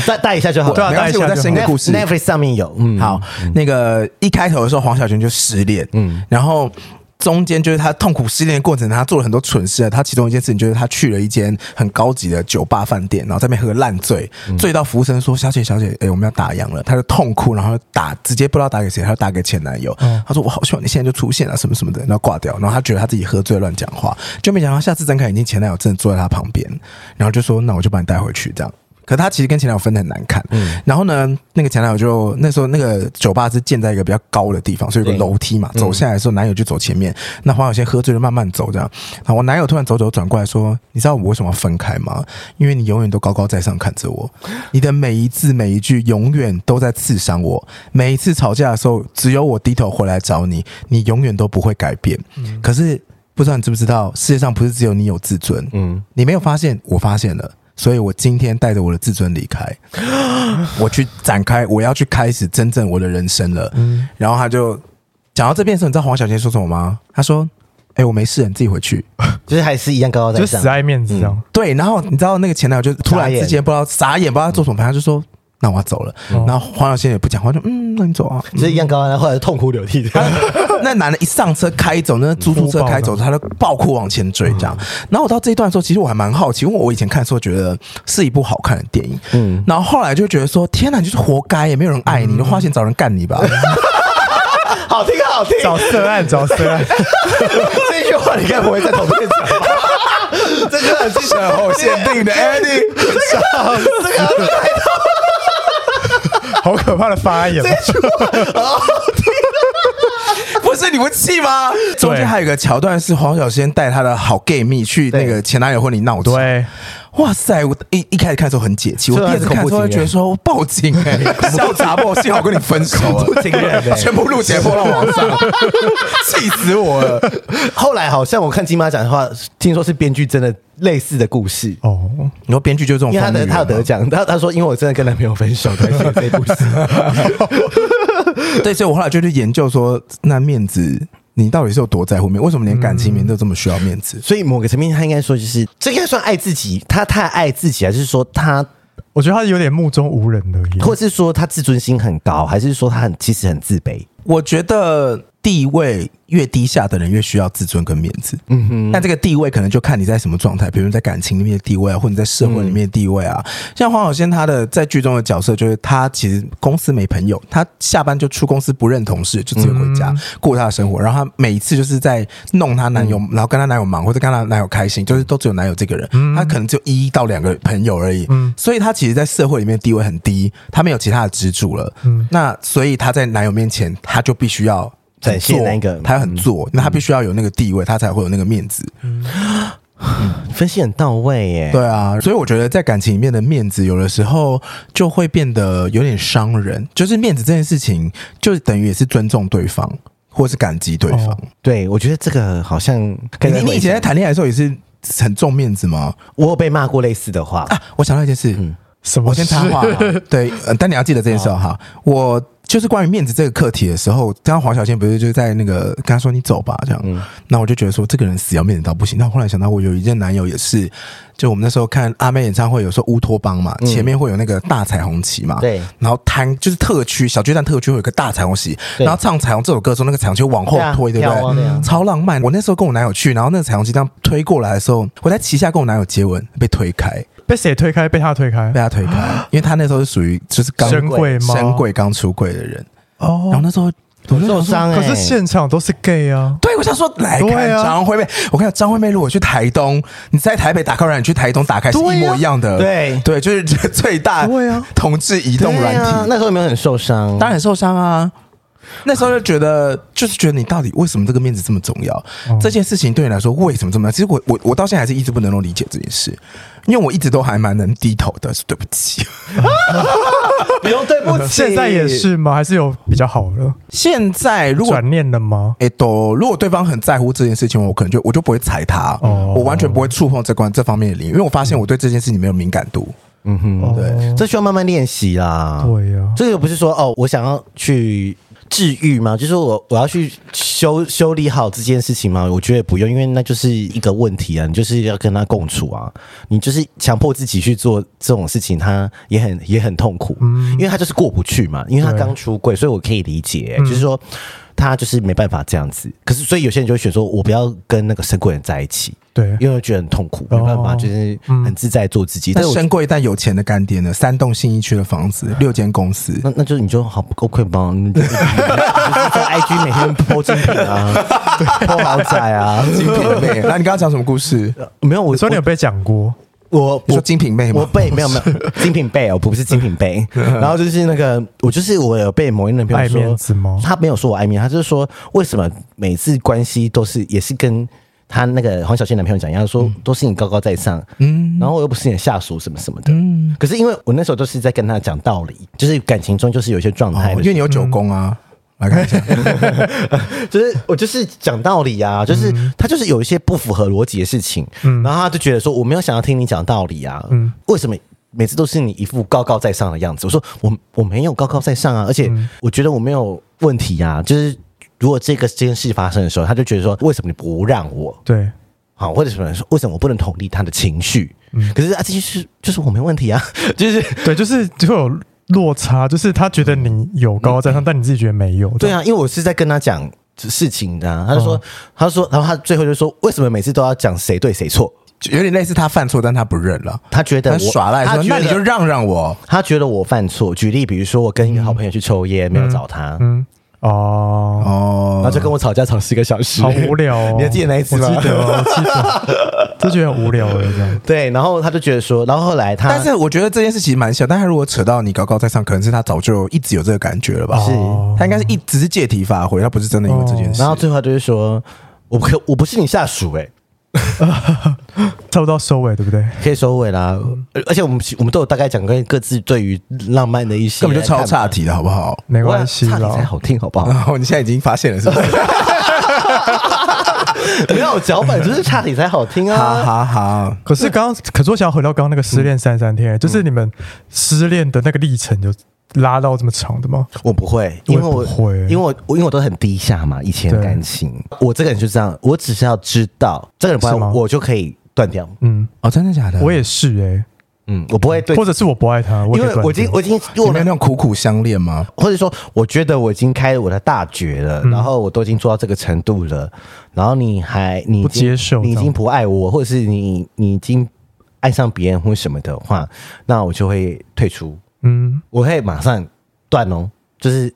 带带一下就好
对啊
了。
没关
带
系，
一下
我再
就
生一个故事。
Netflix 上面有，嗯，
好，那个一开头的时候，黄小泉就失恋，嗯，然后。中间就是他痛苦失恋的过程，他做了很多蠢事啊。他其中一件事情就是他去了一间很高级的酒吧饭店，然后在那边喝烂醉，
嗯
醉到服务生说：“小姐，小姐，哎、我们要打烊了。”他就痛哭，然后打直接不知道打给谁，他就打给前男友。
嗯
他说：“我好希望你现在就出现啊，什么什么的。”然后挂掉，然后他觉得他自己喝醉乱讲话，就没想到下次睁开眼睛，前男友真的坐在他旁边，然后就说：“那我就把你带回去。”这样，可他其实跟前男友分的很难看。然后呢，那个前男友就那时候那个酒吧是建在一个比较高的地方，所以有个
对
楼梯嘛。走下来的时候，男友就走前面，那黄晓仙喝醉了慢慢走这样。然后我男友突然走走转过来说：“你知道我们为什么要分开吗？因为你永远都高高在上看着我，你的每一字每一句永远都在刺伤我。每一次吵架的时候，只有我低头回来找你，你永远都不会改变。可是不知道你知不知道，世界上不是只有你有自尊，嗯，你没有发现，我发现了。所以我今天带着我的自尊离 开，我去展开，我要去开始真正我的人生了。然后他就讲到这边的时候，你知道黄小仙说什么吗？他说：“哎、我没事，你自己回 去。
就是还是一样高高在
就
上嗯
死，爱面子这样。”
对，然后你知道那个前男友就突然之间不知道傻眼，不嗯哦知道做什么，反正他就说：“那我要走了。然后黄小仙也不讲话，就嗯，那你走啊。嗯
就是一样高高在上，后来痛哭流涕的。
那男的一上车开走，那出租车开走，他就爆嗯哭往前追这样。然后我到这一段的时候，其实我还蛮好奇，因为我以前看的时候觉得是一部好看的电影，嗯，然后后来就觉得说，天哪，你就是活该，也没有人爱你，你花钱找人干你 吧。
好听啊好听，
找涉案，找涉 案，
这句话你该不会在同片讲吧？这句话是
然后限定的 Andy，
好可怕的发言。啊
不是你不气吗？中间还有一个桥段是黄小仙带她的好 gay 蜜去那个前男友婚礼闹事。
对，
哇塞！我一一开始看的时候很解气，我
这
第
还
二
是
次看的时候
恐怖情人
会觉得说我报警哎、欸，小杂报，幸好跟你分手了，
恐怖情人欸
全部录节目到网上，气死我了！
后来好像我看金马奖的话，听说是编剧真的类似的故事，
哦，
你说编剧就这种
因为他
疯女
的
人
他有得
吗
奖，他他说因为我真的跟男朋友分手才写这部戏，
对，所以我后来就去研究说，那面子你到底是有多在乎面？为什么连感情面都这么需要面子？
所以某个层面他应该说就是这应该算爱自己，他太爱自己，还是说他，
我觉得他有点目中无人而已。
或是说他自尊心很高，还是说他很其实很自卑？
我觉得地位越低下的人越需要自尊跟面子。嗯哼，但这个地位可能就看你在什么状态，比如在感情里面的地位啊，或者你在社会里面的地位啊。像黄晓仙她的在剧中的角色就是她其实公司没朋友，她下班就出公司不认同事，就自己回家、过她的生活。然后她每一次就是在弄她男友，然后跟她男友忙或者跟她男友开心，就是都只有男友这个人，她可能只有一到两个朋友而已。嗯，所以她其实，在社会里面地位很低，她没有其他的支柱了。嗯，那所以她在男友面前，她就必须要。
展现
很做
那个
他很做，那他必须要有那个地位，他才会有那个面子。
分析很到位耶。
对啊，所以我觉得在感情里面的面子，有的时候就会变得有点伤人。就是面子这件事情，就等于也是尊重对方，或是感激对方。
哦
对，我觉得这个好像
你你以前在谈恋爱的时候也是很重面子吗？
我有被骂过类似的话，
啊，我想到一件事，
什么
我先
事
插话啊。 对，呃但你要记得这件事哦哈。我就是关于面子这个课题的时候，刚刚黄小仙不是就在那个跟他说你走吧这样，
嗯
那我就觉得说这个人死要面子到不行。那我后来想到，我有一任男友也是，就我们那时候看阿妹演唱会，有时候乌托邦嘛，前面会有那个大彩虹旗嘛，
嗯对
然后摊就是特区小巨蛋特区会有一个大彩虹旗，
对
然后唱彩虹这首歌的时候，那个彩虹就往后
对啊
推，对不
跳啊对啊
对？超浪漫。我那时候跟我男友去，然后那个彩虹旗这样推过来的时候，我在旗下跟我男友接吻，被推开。
被谁推开？被他推开
被？他推开，因为他那时候是属于就是
啊
刚
神鬼吗
神鬼刚出柜的人，然后
哦，
那时候我就
受伤哎。
可是现场都是 gay 啊。
对我想说来
对
看
啊
张惠妹，我看到张惠妹如果去台东，你在台北打开软，你去台东打开是一
对啊
模一样的，
对
对，就是 最大
对啊
同志移动
对
软
啊
体，
那时候有没有很受伤？
当然受伤啊。那时候就觉得，就是觉得你到底为什么这个面子这么重要？这件事情对你来说为什么这么重要？其实我我我到现在还是一直不能够理解这件事，因为我一直都还蛮能低头的，对不起。
不用对不起，
现在也。是吗？还是有比较好了？
现在如果
转念了吗？
哎、都，如果对方很在乎这件事情，我可能就我就不会踩他，
哦
我完全不会触碰这关这方面的领域，因为我发现我对这件事情没有敏感度。
嗯哼，
哦
对
这需要慢慢练习啦。
对啊呀
这个不是说哦，我想要去治愈吗？就是我我要去修修理好这件事情吗？我觉得不用，因为那就是一个问题啊，你就是要跟他共处啊，你就是强迫自己去做这种事情，他也很也很痛苦，因为他就是过不去嘛，因为
嗯
他
对嗯
刚出柜，所以我可以理解、就是说。他就是没办法这样子，可是所以有些人就会选说，我不要跟那个神棍人在一起，
对
因为觉得很痛苦，没办法，
哦
就是
嗯
很自在做自己。但
但
是我
深贵但有钱的干爹呢？三栋信义区的房子，六间公司，
那那就你就好不够快吧，你就你就在 IG 每天 po 精品啊，po 豪宅啊，
精品妹。那你刚刚讲什么故事？
没有我
我说你有被讲过，
我
你说
我
精品妹吗？
我被没有没有精品被哦，不是精品 被，然后就是那个我就是我有被某一任朋友说
爱面子吗
他没有说我爱面子，他就是说为什么每次关系都是也是跟。他那个黄小仙男朋友讲一样，说都是你高高在上，嗯，然后我又不是你的下属什么什么的，嗯。可是因为我那时候都是在跟他讲道理，就是感情中就是有一些状态的时
哦
候、
因为你有九宫啊。来看 一下，
就是我就是讲道理啊，就是、他就是有一些不符合逻辑的事情，然后他就觉得说我没有想要听你讲道理啊，为什么？每次都是你一副高高在上的样子。我说我我没有高高在上啊，而且我觉得我没有问题啊。就是如果这个这件事发生的时候，他就觉得说为什么你不让我？
对，
好，或者什么说为什么我不能同理他的情绪？可是啊，这就是就是我没问题啊， 就是
对，就是就会有落差，就是他觉得你有高高在上，但你自己觉得没有。
对，啊，因为我是在跟他讲事情的、啊，他就说、他就说，然后他最后就说为什么每次都要讲谁对谁错？
有点类似他犯错，但他不认了，
他觉得
他
我
耍赖
他
说：“
觉
那
得
你就让让我。
他觉得我犯错。举例，比如说我跟一
嗯
个好朋友去抽烟，没有找他，
嗯，
啊
哦”，
然后
哦，
就跟我吵架吵十个小时，。
好无聊哦
你还记得那一次吗
我记得哦，我记得，这觉得很无聊了，这样。
对，然后他就觉得说，然后后来他
但是我觉得这件事情蛮小，但他如果扯到你高高在上，可能是他早就一直有这个感觉了吧？
是
哦
他应该是一只是借题发挥，他不是真的因为这件事。
然后最后他就是说，我不可我不是你下属哎、欸
差不多到收尾，对不对？
可以收尾啦。
嗯
而而且我们我们都有大概讲过各自对于浪漫的一些
根
看法，
本就超岔题了，好不好？
没
哇，
关系
差点才
啦。
好听，好不好？
然后你现在已经发现了，是不是？
没有脚本就是差题才好听
好
啊。
好好，
可是刚刚，可是我想要回到刚刚那个失恋三十三
嗯
天，就是你们失恋的那个历程，就拉到这么长的吗？
我不会，因为
我
我
也不会
因为我因为我都很低下嘛，以前的
对
感情，我这个人就这样，我只是要知道这个人不爱
是吗
我，我就可以断掉。
嗯，
哦，真的假的？
我也是哎、
嗯，我不会对
或，者是我不爱他，也可
因
以
为
断
我已经
掉
我已经
你
做
没有那
了，
种苦苦相恋吗？
或者说我觉得我已经开了我的大绝
嗯
了，然后我都已经做到这个程度了，然后你还你已经
不接受
你已
这样
经不爱我，或者是你你已经爱上别人或什么的话，那我就会退出，
嗯，
我会马上断哦，就是。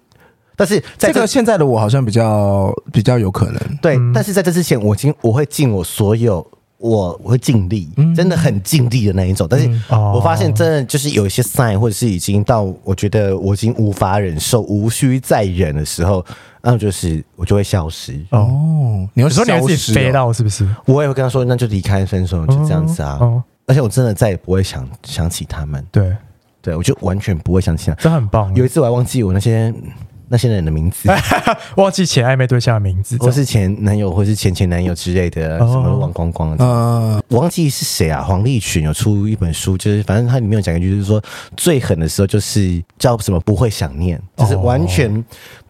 但是在
这
这
个现在的我好像比较比较有可能。
对，但是在这之前，我尽我会尽我所有，我我会尽力，真的很尽力的那一种。但是
哦
我发现，真的就是有一些 sign，或者是已经到我觉得我已经无法忍受、无需再忍的时候，那就是我就会消失。
哦，你
有
要
时候你会自己飞
到
到是不是？
我也会跟他说，那就离开分手，就这样子啊。
哦哦
而且我真的再也不会想想起他们，
对，
对我就完全不会想起他。
这很棒。
有一次我还忘记我那些那些人的名字。
忘记前暧昧对象的名字，
或是前男友，或是前前男友之类的，
哦
什么都忘光啊光了。
呃，
我忘记是谁啊，黄立群有出一本书，就是反正它里面有讲一句，就是说最狠的时候就是叫什么不会想念，就是完全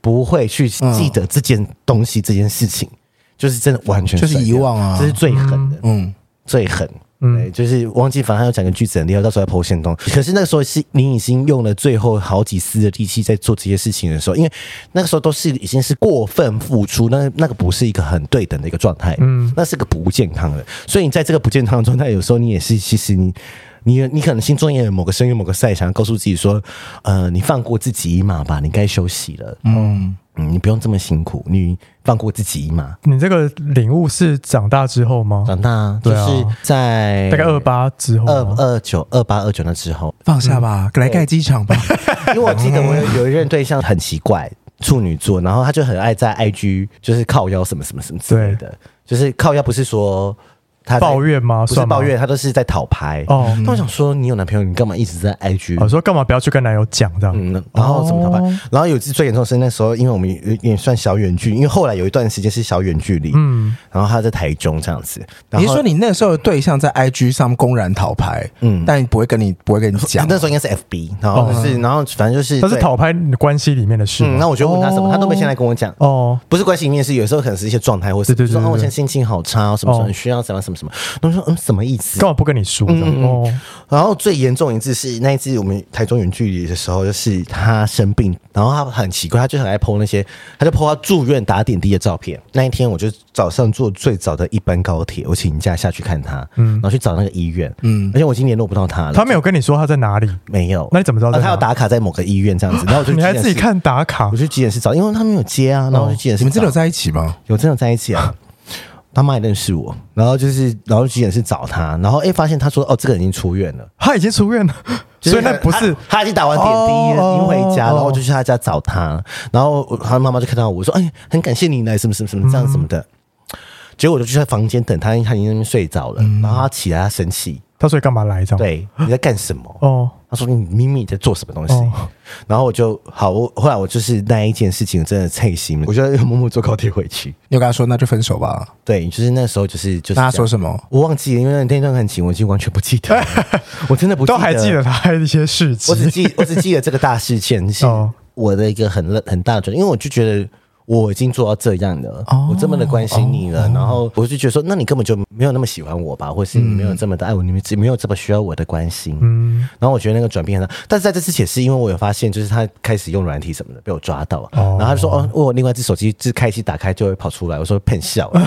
不会去记得这件东西、这件事情，就是真的完全
就是遗忘啊
这嗯是最狠的，
嗯，
最狠。
嗯
对，就是忘记，反正他有讲个句子很厉害，到时候要剖线洞。可是那个时候是你已经用了最后好几丝的力气在做这些事情的时候，因为那个时候都是已经是过分付出，那那个不是一个很对等的一个状态，嗯，那是个不健康的。所以你在这个不健康的状态，有时候你也是，其实你你你可能心中也有某个声音、某个赛想要告诉自己说，呃，你放过自己一马吧，你该休息了，嗯你不用这么辛苦，你放过自己一马。
你这个领悟是长大之后吗？
长大就
对啊
是在
大概二八之后
二
吗，
二九二八二九那之后，
放下吧，来盖机场吧。
因为我记得我有有一任对象很奇怪，处女座，然后他就很爱在 IG 就是靠腰什么什么什么之类的，就是靠腰不是说他在
抱怨吗？
不是
算吗
抱怨，嗯他都是在讨拍。
哦
那我想说，你有男朋友，你干嘛一直在 IG
我说干嘛不要去跟男友讲这样？
嗯，然后怎么逃办？然后有一次最严重的是那时候，因为我们有点算小远距，因为后来有一段时间是小远距离，嗯，然后他在台中这样子，然
你是
后
说你那时候的对象在 IG 上公然讨牌，嗯，但不会跟你不会跟你讲
那时候应该是 FB，然后就是，然后反正就是
他是
对
讨拍关系里面的事
嗯，
吗。
那我就问他什么，他都没先来跟我讲。
哦，
不是关系里面是有时候可能是一些状态，或是
对对对
说
对
哦，我
对
现在心情好差，什么什
哦
么需要什么什么什么，然后说嗯什么意思？
干嘛不跟你说？
嗯
这样哦，
然后最严重一次是那一次我们台中远距离的时候，就是他生病，然后他很奇怪，他就很爱 PO 那些，他就 PO 他住院打点滴的照片。那一天我就早上坐最早的一班高铁，我请假下去看他，嗯，然后去找那个医院，嗯，而且我已经联络不到他了，
他没有跟你说他在哪里，
没有，
那你怎么知道在
啊
哪
他要打卡在某个医院这样子，然后我就 去
你还
急诊
自己
室，
看打卡
我。去急诊室找，因为他没有接啊，然后我去急诊室
你
找，
们真的有在一起吗？
有真的在一起 啊。他妈也认识我，然后就是，然后急诊室找他，然后哎、发现他说哦，这个人已经出院了。
他已经出院了，
就是
所以那不是
他他已经打完点滴，已
哦
经回家，
哦
然后我就去他家找他，然后我他妈妈就看到我说：“哎，很感谢你来，什么什么什么这样什么的。”
嗯
结果我就去他房间等他，因为他已经在那边睡着了，然后他起来，他生气，
他所以干嘛来这样？，
对，你在干什么？
哦，
他说：“你明明在做什么东西？”
哦
然后我就好，我后来我就是那一件事情真的太心了，我就默默坐高铁回去。
你有跟他说那就分手吧？
对，就是那时候就是就是
那他
这样
说什么？
我忘记了，因为那段感情我已经完全不记得 了，我真的不
都还记得他的一些事
我只
情。
记我只记得这个大事件是
哦
我的一个很乐很大的转折，因为我就觉得。我已经做到这样了，
哦
我这么的关心你了，然后我就觉得说，那你根本就没有那么喜欢我吧，或
嗯
是你没有这么的爱哎我，你们没有这么需要我的关心。嗯，然后我觉得那个转变很大，但是在这之前是因为我有发现，就是他开始用软体什么的被我抓到，然后他就说哦，我有另外一只手机自开机打开就会跑出来，我 说骗笑了，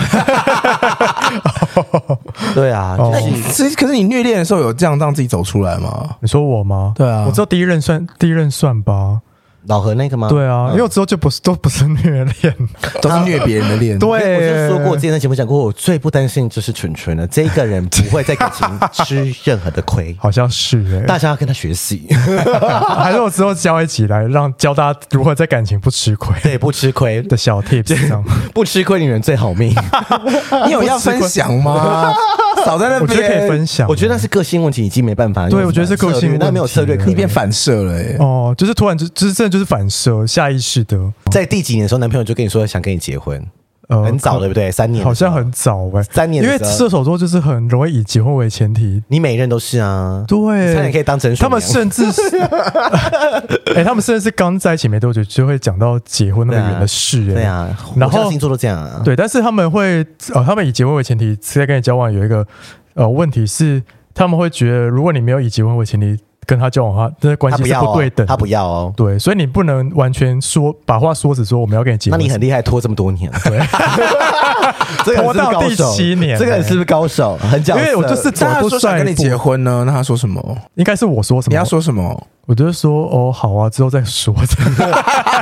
对啊，就
那
是
哦
你其实可是你虐恋的时候有这样让自己走出来吗？
你说我吗？
对啊
我知道第一任算第一任算
嗯
吧。
老何那个吗？
对啊，因为我之后就不是都不是虐恋。
都是虐别人的恋，
对，啊
我就说过，我之前在节目讲过，我最不担心就是纯纯了，这个人不会在感情吃任何的
，
亏
好像是
大家要跟他学习，
哎，还是我之后教一起来，让教大家如何在感情不吃亏
对，不吃亏，
的小 tips 这样。
不吃亏女人最 好命。
你有要分享吗？少在那
我觉得可以
边，
分享。
我觉得那是个性问题，已经没办法。
对我觉得是个性问题
那没有策略可
你变
言。
反射了耶！
哦，就是突然就就是真的就是反射，下意识的，
在第几年的时候，男朋友就跟你说想跟你结婚，
呃
很早对不对？三年，
好像。很早哎、
三年
因
的
为
时候
射手座就是很容易以结婚为前提，
你每任都是啊，
对，
你差点可以当成
他们甚至 是，哎、他们甚至是刚在一起没多久就会讲到结婚那么远的事、哎，
对啊，
然
我知道
后
星座都这样啊，
对，但是他们会，呃，他们以结婚为前提在跟你交往，有一个呃问题是，他们会觉得如果你没有以结婚为前提跟他交往的话，那关
他
系
不
是
要
不对
哦
等的，
他不要哦。
对，所以你不能完全说把话说死，说我们要跟你结
那
婚，
你很厉害，拖这么多年，对， 这个人是不
拖
是
到
高手
第七年欸
这个人是不是高手？很讲
因
色，
为我就是走
大家
都
说想
帅
跟你结婚呢，那他说什么？
应该是我说什么，
你要说什么？
我就说哦，好啊，之后再 说。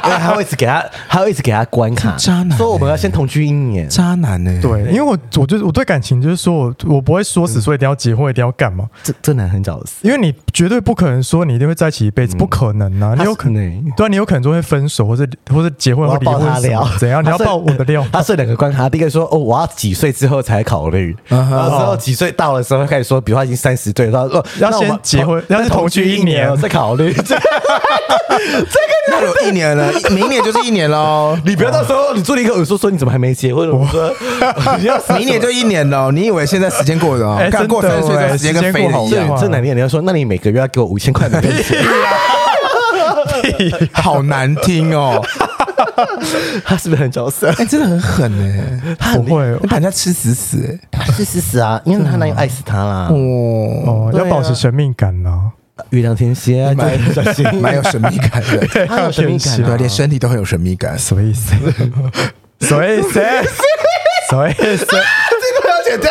因为他会一直给他，他会一直给他关卡，
这渣男欸
说我们要先同居一年。
渣男欸呢？
对，因为我我就我对感情就是说我我不会说死说一定要结婚一定要干嘛，
这这男很找死，
因为你绝对不可能说你一定会在一起一辈子，
嗯
不可能啊，你有可能。
能
对啊，你有可能就会分手，或者或者结婚
嗯
或
我要
离
爆他
婚什
料
么，，怎样？你要
他设
爆我的
？
料
他设两个关卡，第一个说哦，我要几岁之后才考虑，
啊
然后之后几岁到了之后开始说，比如他已经三十岁了，他说哦
要
那我们
先结婚要先同居一年
我再考虑。 这个。
那有一年了，一明年就是一年喽
你不要到时候你做了一个耳说说你怎么还没结婚，我说 你要死
明年就一年了，你以为现在时间过了哦
哎？
刚过
真
三
的
十岁之
哎
后，时间跟飞了一
时间过
样
好，
这这男的人家说，那你每个月要给我五千块的工资，
啊
好难听 哦！
他是不是很找死？
哎，真的很狠哎，
他
欸不
很厉害
会
你把人家吃死死哎！
是是是啊，因为她男友爱死她啦，
哦，
哦，要保持神秘感呢。
月亮天蝎啊，
蛮
对小心，
蛮有神秘感 的，
她 有神秘感
对，
啊，
连身体都很有神秘感。
什么意思？ 什么意思？ 什么意思？
这个要 剪掉。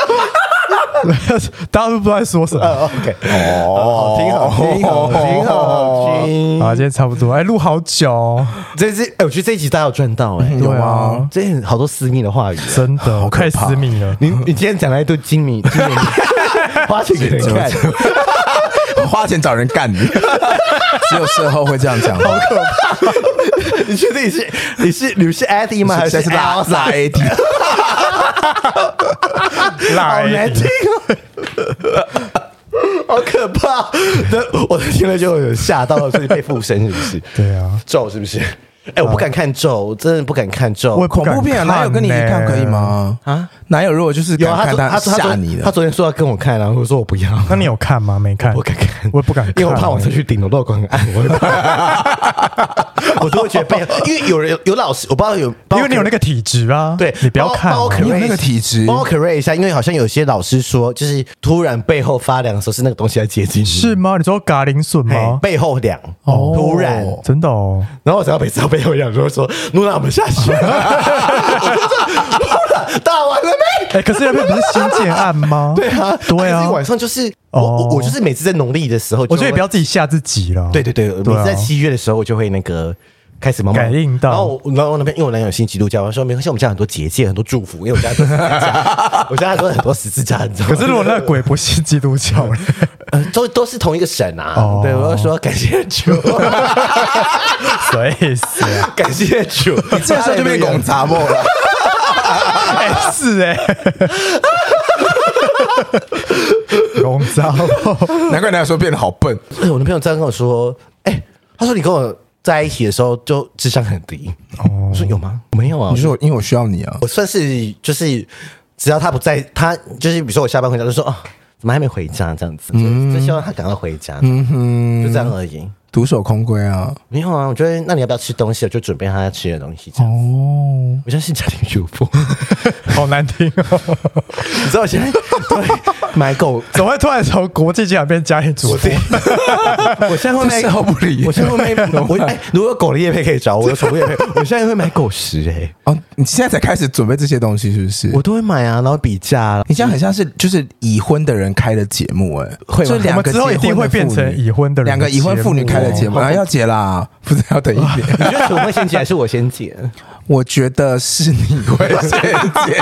大家都不知道在说什么。
OK，哦，挺好，挺好，挺好听。
好，今天差不多。哎，录好久哦，
这是，哎，我觉得这一集大家有赚到，哎，
有
对啊
啊，
这很好多私密的话语啊。
真的，我快私 密了。
你你今天讲了一堆精明，精明花钱给人看，
花钱找人干你， 只有事后会这样讲话。
你确定你是你是你是 Eddie 吗？还
现在是拉
Elsa？
拉 AD，
好难听哦，好可怕！那我听了就有吓到，所以被附身是不是？
对啊，
咒是不是？哎、我不敢看咒，我真的不敢看咒。
我
恐怖片啊哪有跟你一起看可以吗？啊
啊，
哪有？如果就是
有啊
敢
他昨他
看他
他
吓
昨
你
他
的，
昨天说要跟我看，然后我说我不要，
那你有看吗？没看，
我不敢看，
我也不敢看，
因为我怕我上去顶楼都很暗，我会怕我就会觉得被，因为有人有老师，我不知道有，
因为你有那个体质啊，
对
你不要看啊
帮我帮我
你有
correct
那个体质
帮我 correct 一下，因为好像有些老师说，就是突然背后发凉的时候是哦那个东西在接近你，
是吗？你说嘎铃笋
嘿
吗？哦
背后凉，突然，
真的哦，
然后我只要每次到背后凉，就会说露娜，我们下 去，我就说露娜打完了没？
哎，可是那边不是新建案吗？
对啊，
对
可
啊
是，晚上就是我
哦
我我就是每次在农历的时候，
我觉得也不
要。
要自己吓自己了。
对对对，每
对啊
次在七月的时候，我就会那个开始慢慢
感应到
然后我然后那边因为我男友信基督教，我说没关系，我们家很多结界，很多祝福，因为我家都是十字 架，我家都很多十字架，你知道吗？
可是如果那鬼不信基督教嘞，
呃 都都是同一个神啊，
哦啊
对，我就说感谢主，
所以死啊！
感谢主，
这时候 就变拱杂莫 了。
哎，是哎，龙招
难怪人家说变得好笨，
哎我男朋友这样跟我说，哎、他说你跟我在一起的时候就智商很低，我说有吗？没有啊，
哦你说我因为我需要你啊，
我算是就是，只要他不在，他就是比如说我下班回家就说啊、怎么还没回家这样子，就
嗯
就希望他赶快回家，就这样而已。
独守空闺啊。
没有啊，我觉得那你要不要吃东西？我就准备他要吃的东西。这样，
哦，
我现在是家庭主妇，
好难听哦，
你知道我现 在对买狗，
怎么会突然从国际机场变家庭主妇？
我现在会
事后
买。
不理
我。现在会 买，
啊
我哎、如果有狗的叶配可以找我，有宠物叶配，我现在会买狗食哎、
哦，你现在才开始准备这些东西是不是？
我都会买啊，然后比价，
你这样很像是就是已婚的人开的节目哎、
会吗
就两个
我们之后一定会变成已婚的人
两个已婚妇女开的节目，
哦
啊，要结啦，不是要等 一
你
年？
觉得我会先结还是我先结？
我觉得是你会先结，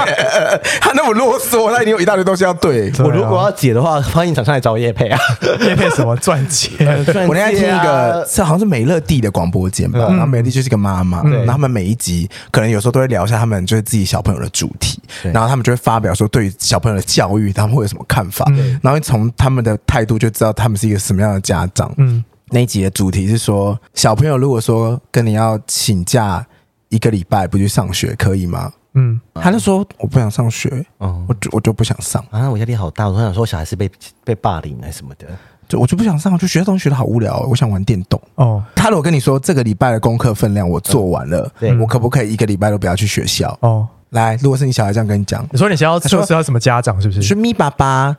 他那么啰嗦，他一定有一大堆东西要对。
对啊
我如果要结的话，欢迎厂商来找我叶配啊。
叶配什么赚钱？
我那
啊
天听一个，这好像是美乐蒂的广播节目，然后美乐蒂就是一个妈妈，然后他们每一集可能有时候都会聊一下他们就是自己小朋友的主题，
对
然后他们就会发表说对于小朋友的教育他们会有什么看法，
嗯
然后从他们的态度就知道他们是一个什么样的家长。嗯，那一集的主题是说，小朋友如果说跟你要请假一个礼拜不去上学，可以吗？
嗯，
他就说我不想上学，
哦
我就我就不想上，
啊，我压力好大，我想说我小孩是被被霸凌还是什么的。
就我就不想上，我就学校东西学的好无聊，我想玩电动。
哦，
他如果跟你说这个礼拜的功课分量我做完
嗯
了，
对
我可不可以一个礼拜都不要去学校？
哦，
来，如果是你小孩这样跟你讲，
你说你想要就是要什么家长是不
是
是？
咪爸爸。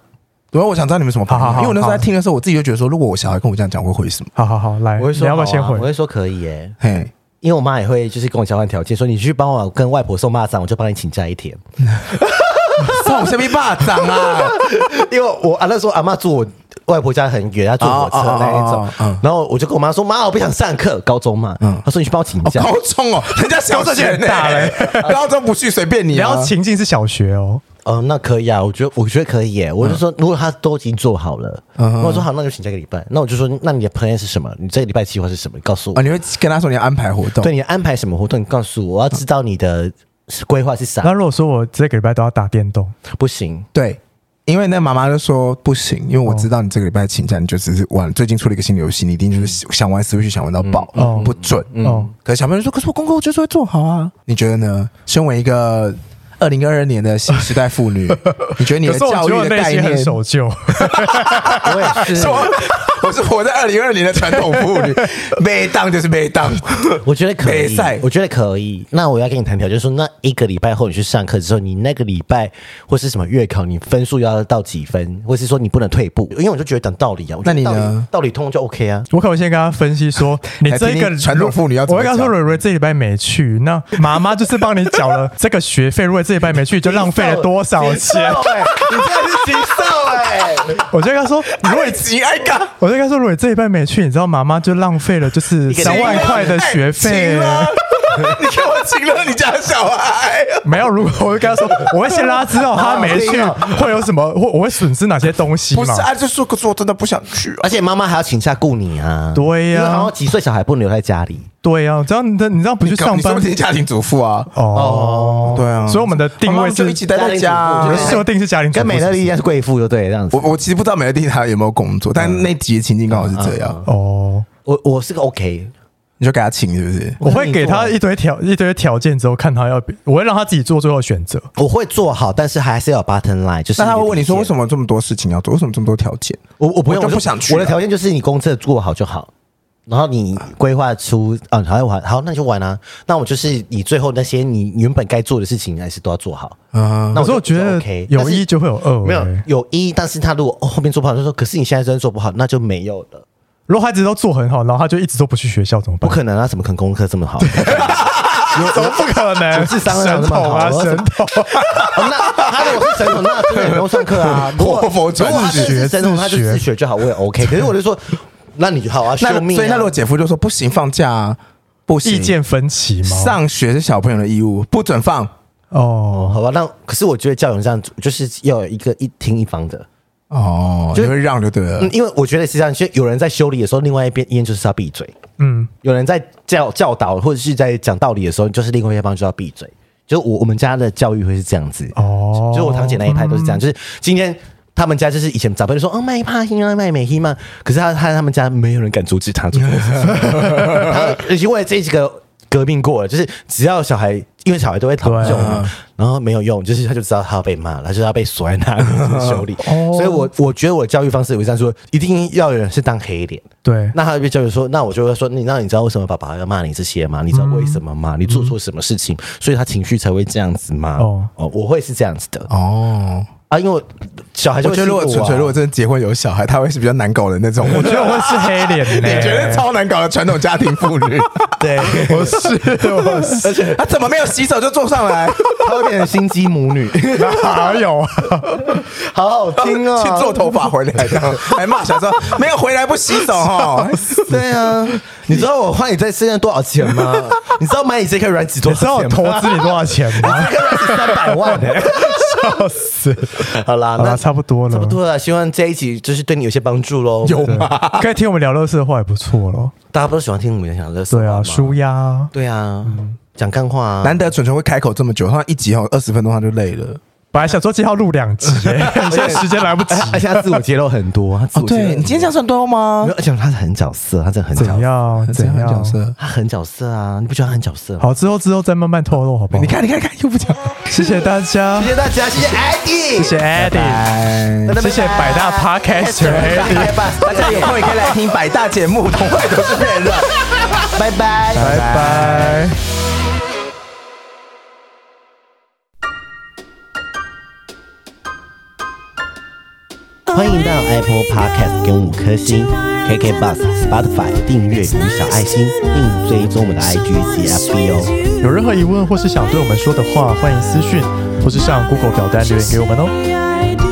然后我想知道你们什么反
好好
应，啊
好
因为我那时候在听的时候，我自己就觉得说，如果我小孩跟我这样讲，我会回什么？
好好好，来，
我会
你
说、
要不要先
好啊我
回？
会说可以耶、
嘿，
因为我妈也会就是跟我交换条件，说你去帮我跟外婆送蚂蚱，我就帮你请假 一天。
送我下面巴掌啊！
因为我啊那时候阿妈住我外婆家很远，她坐火车那一种
哦哦哦哦哦
然后我就跟我妈说：“妈，我不想上课，高中嘛。
嗯
她说：“你去帮我请
哦
假。
高中哦，人家小学呢
大嘞，
高中不去随便
你
你啊。
要情境是小学哦，
哦，那可以啊，我觉得我觉得可以耶。我就
嗯
说，如果她都已经做好了，那我说好，那就请假一个礼拜。那我就说，那你的 plan 是什么？你这个礼拜计划是什么？你告诉我
啊，。你会跟他说你要安排活动
对，你安排什么活动，你告诉我，我要知道你的规划是啥
嗯
那。如果说我这个礼拜都要打电动，
不行，
对，因为那妈妈就说不行，因为我知道你这个礼拜请假，你就只是玩。最近出了一个新游戏，你一定就是想玩 Switch 想玩到爆，
嗯
不准。
哦
可是小朋友说，可是我功课我就是会做好啊。你觉得呢？身为一个二零二二年的新时代妇女，你觉得你
可
的
是我
教
觉得我
育的
内
概
心
念
很？守旧，
我也是。
我是活在二零二年的传统妇女，被当就是被当。
我觉得可
没
以
赛，
我觉得可以。那我要跟你谈条件，就是说那一个礼拜后你去上课之后，你那个礼拜或是什么月考，你分数要到几分，或是说你不能退步，因为我就觉得讲道理啊。我觉得
那你呢
道理道理通就 OK 啊。
我可能先跟他分析 说，你这一
哎来听
个
听传统妇女要怎
我
么
会
讲
跟他说，蕊蕊这礼拜没去，那妈妈就是帮你缴了这个学费，如果这礼拜没去，就浪费了多少钱？
你真的是禽兽哎！
我就跟他说，如果
瑞吉爱嘎，
我就跟他说，如果这礼拜没去，你知道妈妈就浪费了就是
个
三万块的学
行
费。
了你给我请了你家小孩？
没有，如果我就跟他说，我会先拉知道他没去会有什么，或我会损失哪些东西
不是
嘛？
啊，就是可是我真的不想去啊。
而且妈妈还要请假雇你啊。
对呀
因为好像几岁小孩不能留在家里。
对呀、这样你的你这样不去上
你是
班
不是家庭主妇啊？
哦，
对啊，
所以我们的定
妈妈
位
就是一起待在家啊
我
家
们
庭主妇就是
设定是家庭主妇
跟美乐
是
蒂一样是贵妇，就对，这样子
我。我其实不知道美乐蒂她有没有工作，
嗯
但那集的情境刚好是这样，
不是哦，
我我是个 OK，
你就给她请是不是？
我会给他一堆条一堆条件之后，看他要不，我会让他自己做最后选择。
我会做好，但是还是要有 button line，就是
那他会问你说为什
么？
么这么多事情要做，为什么这么多条件？
我我不用，
我就不
是
想去
我的
了
条件就是你公厕做好就好，然后你规划出啊，好像玩好，那你就玩啊。那我就是你最后那些你原本该做的事情，还是都要做好。
啊，
那
可是我
就
觉得
OK，
有
但是
一就会有二、
没有
欸
有一，但是他如果、哦后面做不好，就说可是你现在真的做不好，那就没有了。
如果他一直都做很好，然后他就一直都不去学校，怎么
不
办？
可能啊！怎么可能功课这么好？啊
怎么不可能？
智商哪
神
有那么
童
好
啊，
我
神童！
哦那他如果是神童，那真的也不用上课 啊。如果
活佛
如
转
果他真
自
的是
学
神童，
自
他就自
学
学就好，我也 OK。可是我就说，那你就好啊，
那
秀命啊。
所以那如果姐夫就说不行，放假啊不行，
意见分歧吗？
上学是小朋友的义务，不准放。
哦，
好吧，那可是我觉得教友这样就是要有一个一听一方的，
哦，
就
就会让就对了
嗯，。因为我觉得实际上，就有人在修理的时候，另外一边一边就是要闭嘴；
嗯，
有人在教教导或者是在讲道理的时候，就是另外一方就要闭嘴。就我我们家的教育会是这样子，
哦，
就是我堂姐那一派都是这样，就是今天。他们家就是以前长辈就说哦卖怕黑啊卖美黑嘛，可是他他他们家没有人敢阻止他做这件事 情，他已经为了这几个革命过了，就是只要小孩，因为小孩都会讨论这种
对啊
然后没有用，就是他就知道他要被骂了，他就要被锁在那里修理。
哦
所以我我觉得我教育方式，我这样说，一定要有人是当黑脸。
对，
那他就被教育说，那我就会说，你那你知道为什么爸爸要骂你这些吗？你知道为什么吗？你做错什么事情，所以他情绪才会这样子吗？
哦
哦我会是这样子的
哦，
啊，因为我小孩就
我
会
觉得如果
欺负我
纯
啊
粹如果真的结婚有小孩，他会是比较难搞的那种。我
我觉 得我会是黑脸欸呢、
你觉得超难搞的传统家庭妇女，
对，
我是我是
而且他怎么没有洗手就坐上来？
他会变成心机母 女，
哪有 啊？
好好听哦，
去做头发回来，这样还骂小时候没有回来不洗手哈。
对啊，你知道我花你在身上多少钱吗？ 你知道买你这颗软纸多
你知道
少
我
钱
投
吗？
资你多少钱吗？
这颗软纸三百万呢、
笑死！
好啦，
好啦
那
差不多了
差不多了。希望这一集就是对你有些帮助喽。 有，
对可以听我们聊乐色的话也不错咯。
大家不都喜欢听我们讲乐色话
对啊，
吗
舒压啊，
对啊，讲干话啊。
难得蠢蠢会开口这么久，他一集好像二十分钟他就累了。
本来想说今天要录两集、欸， 现在时间来不及。
而且他自我揭露很多，他自我揭露很多、
样算多吗
没有，？而且他是很角色，他真的很
怎
角色，
样？怎
样
样
角？色？
他很角色啊！你不觉得他很角色吗？
好，之后之后再慢慢透露，好不好？
你，看，你看，你看，又不讲。
谢谢大家
谢，谢大家，谢谢 Eddie，
谢谢 Eddie，
哎，
谢谢百大 Podcaster Eddie，
大家有空也可以来听百大节目，同会都是骗人。
拜拜。
拜拜。
欢迎到 Apple Podcast 给我们五颗星，KK Bus、Spotify 订阅与小爱心，并追踪我们的 IG 及 FB 哦。
有任何疑问或是想对我们说的话，欢迎私讯或是上 Google 表单留言给我们哦。
I do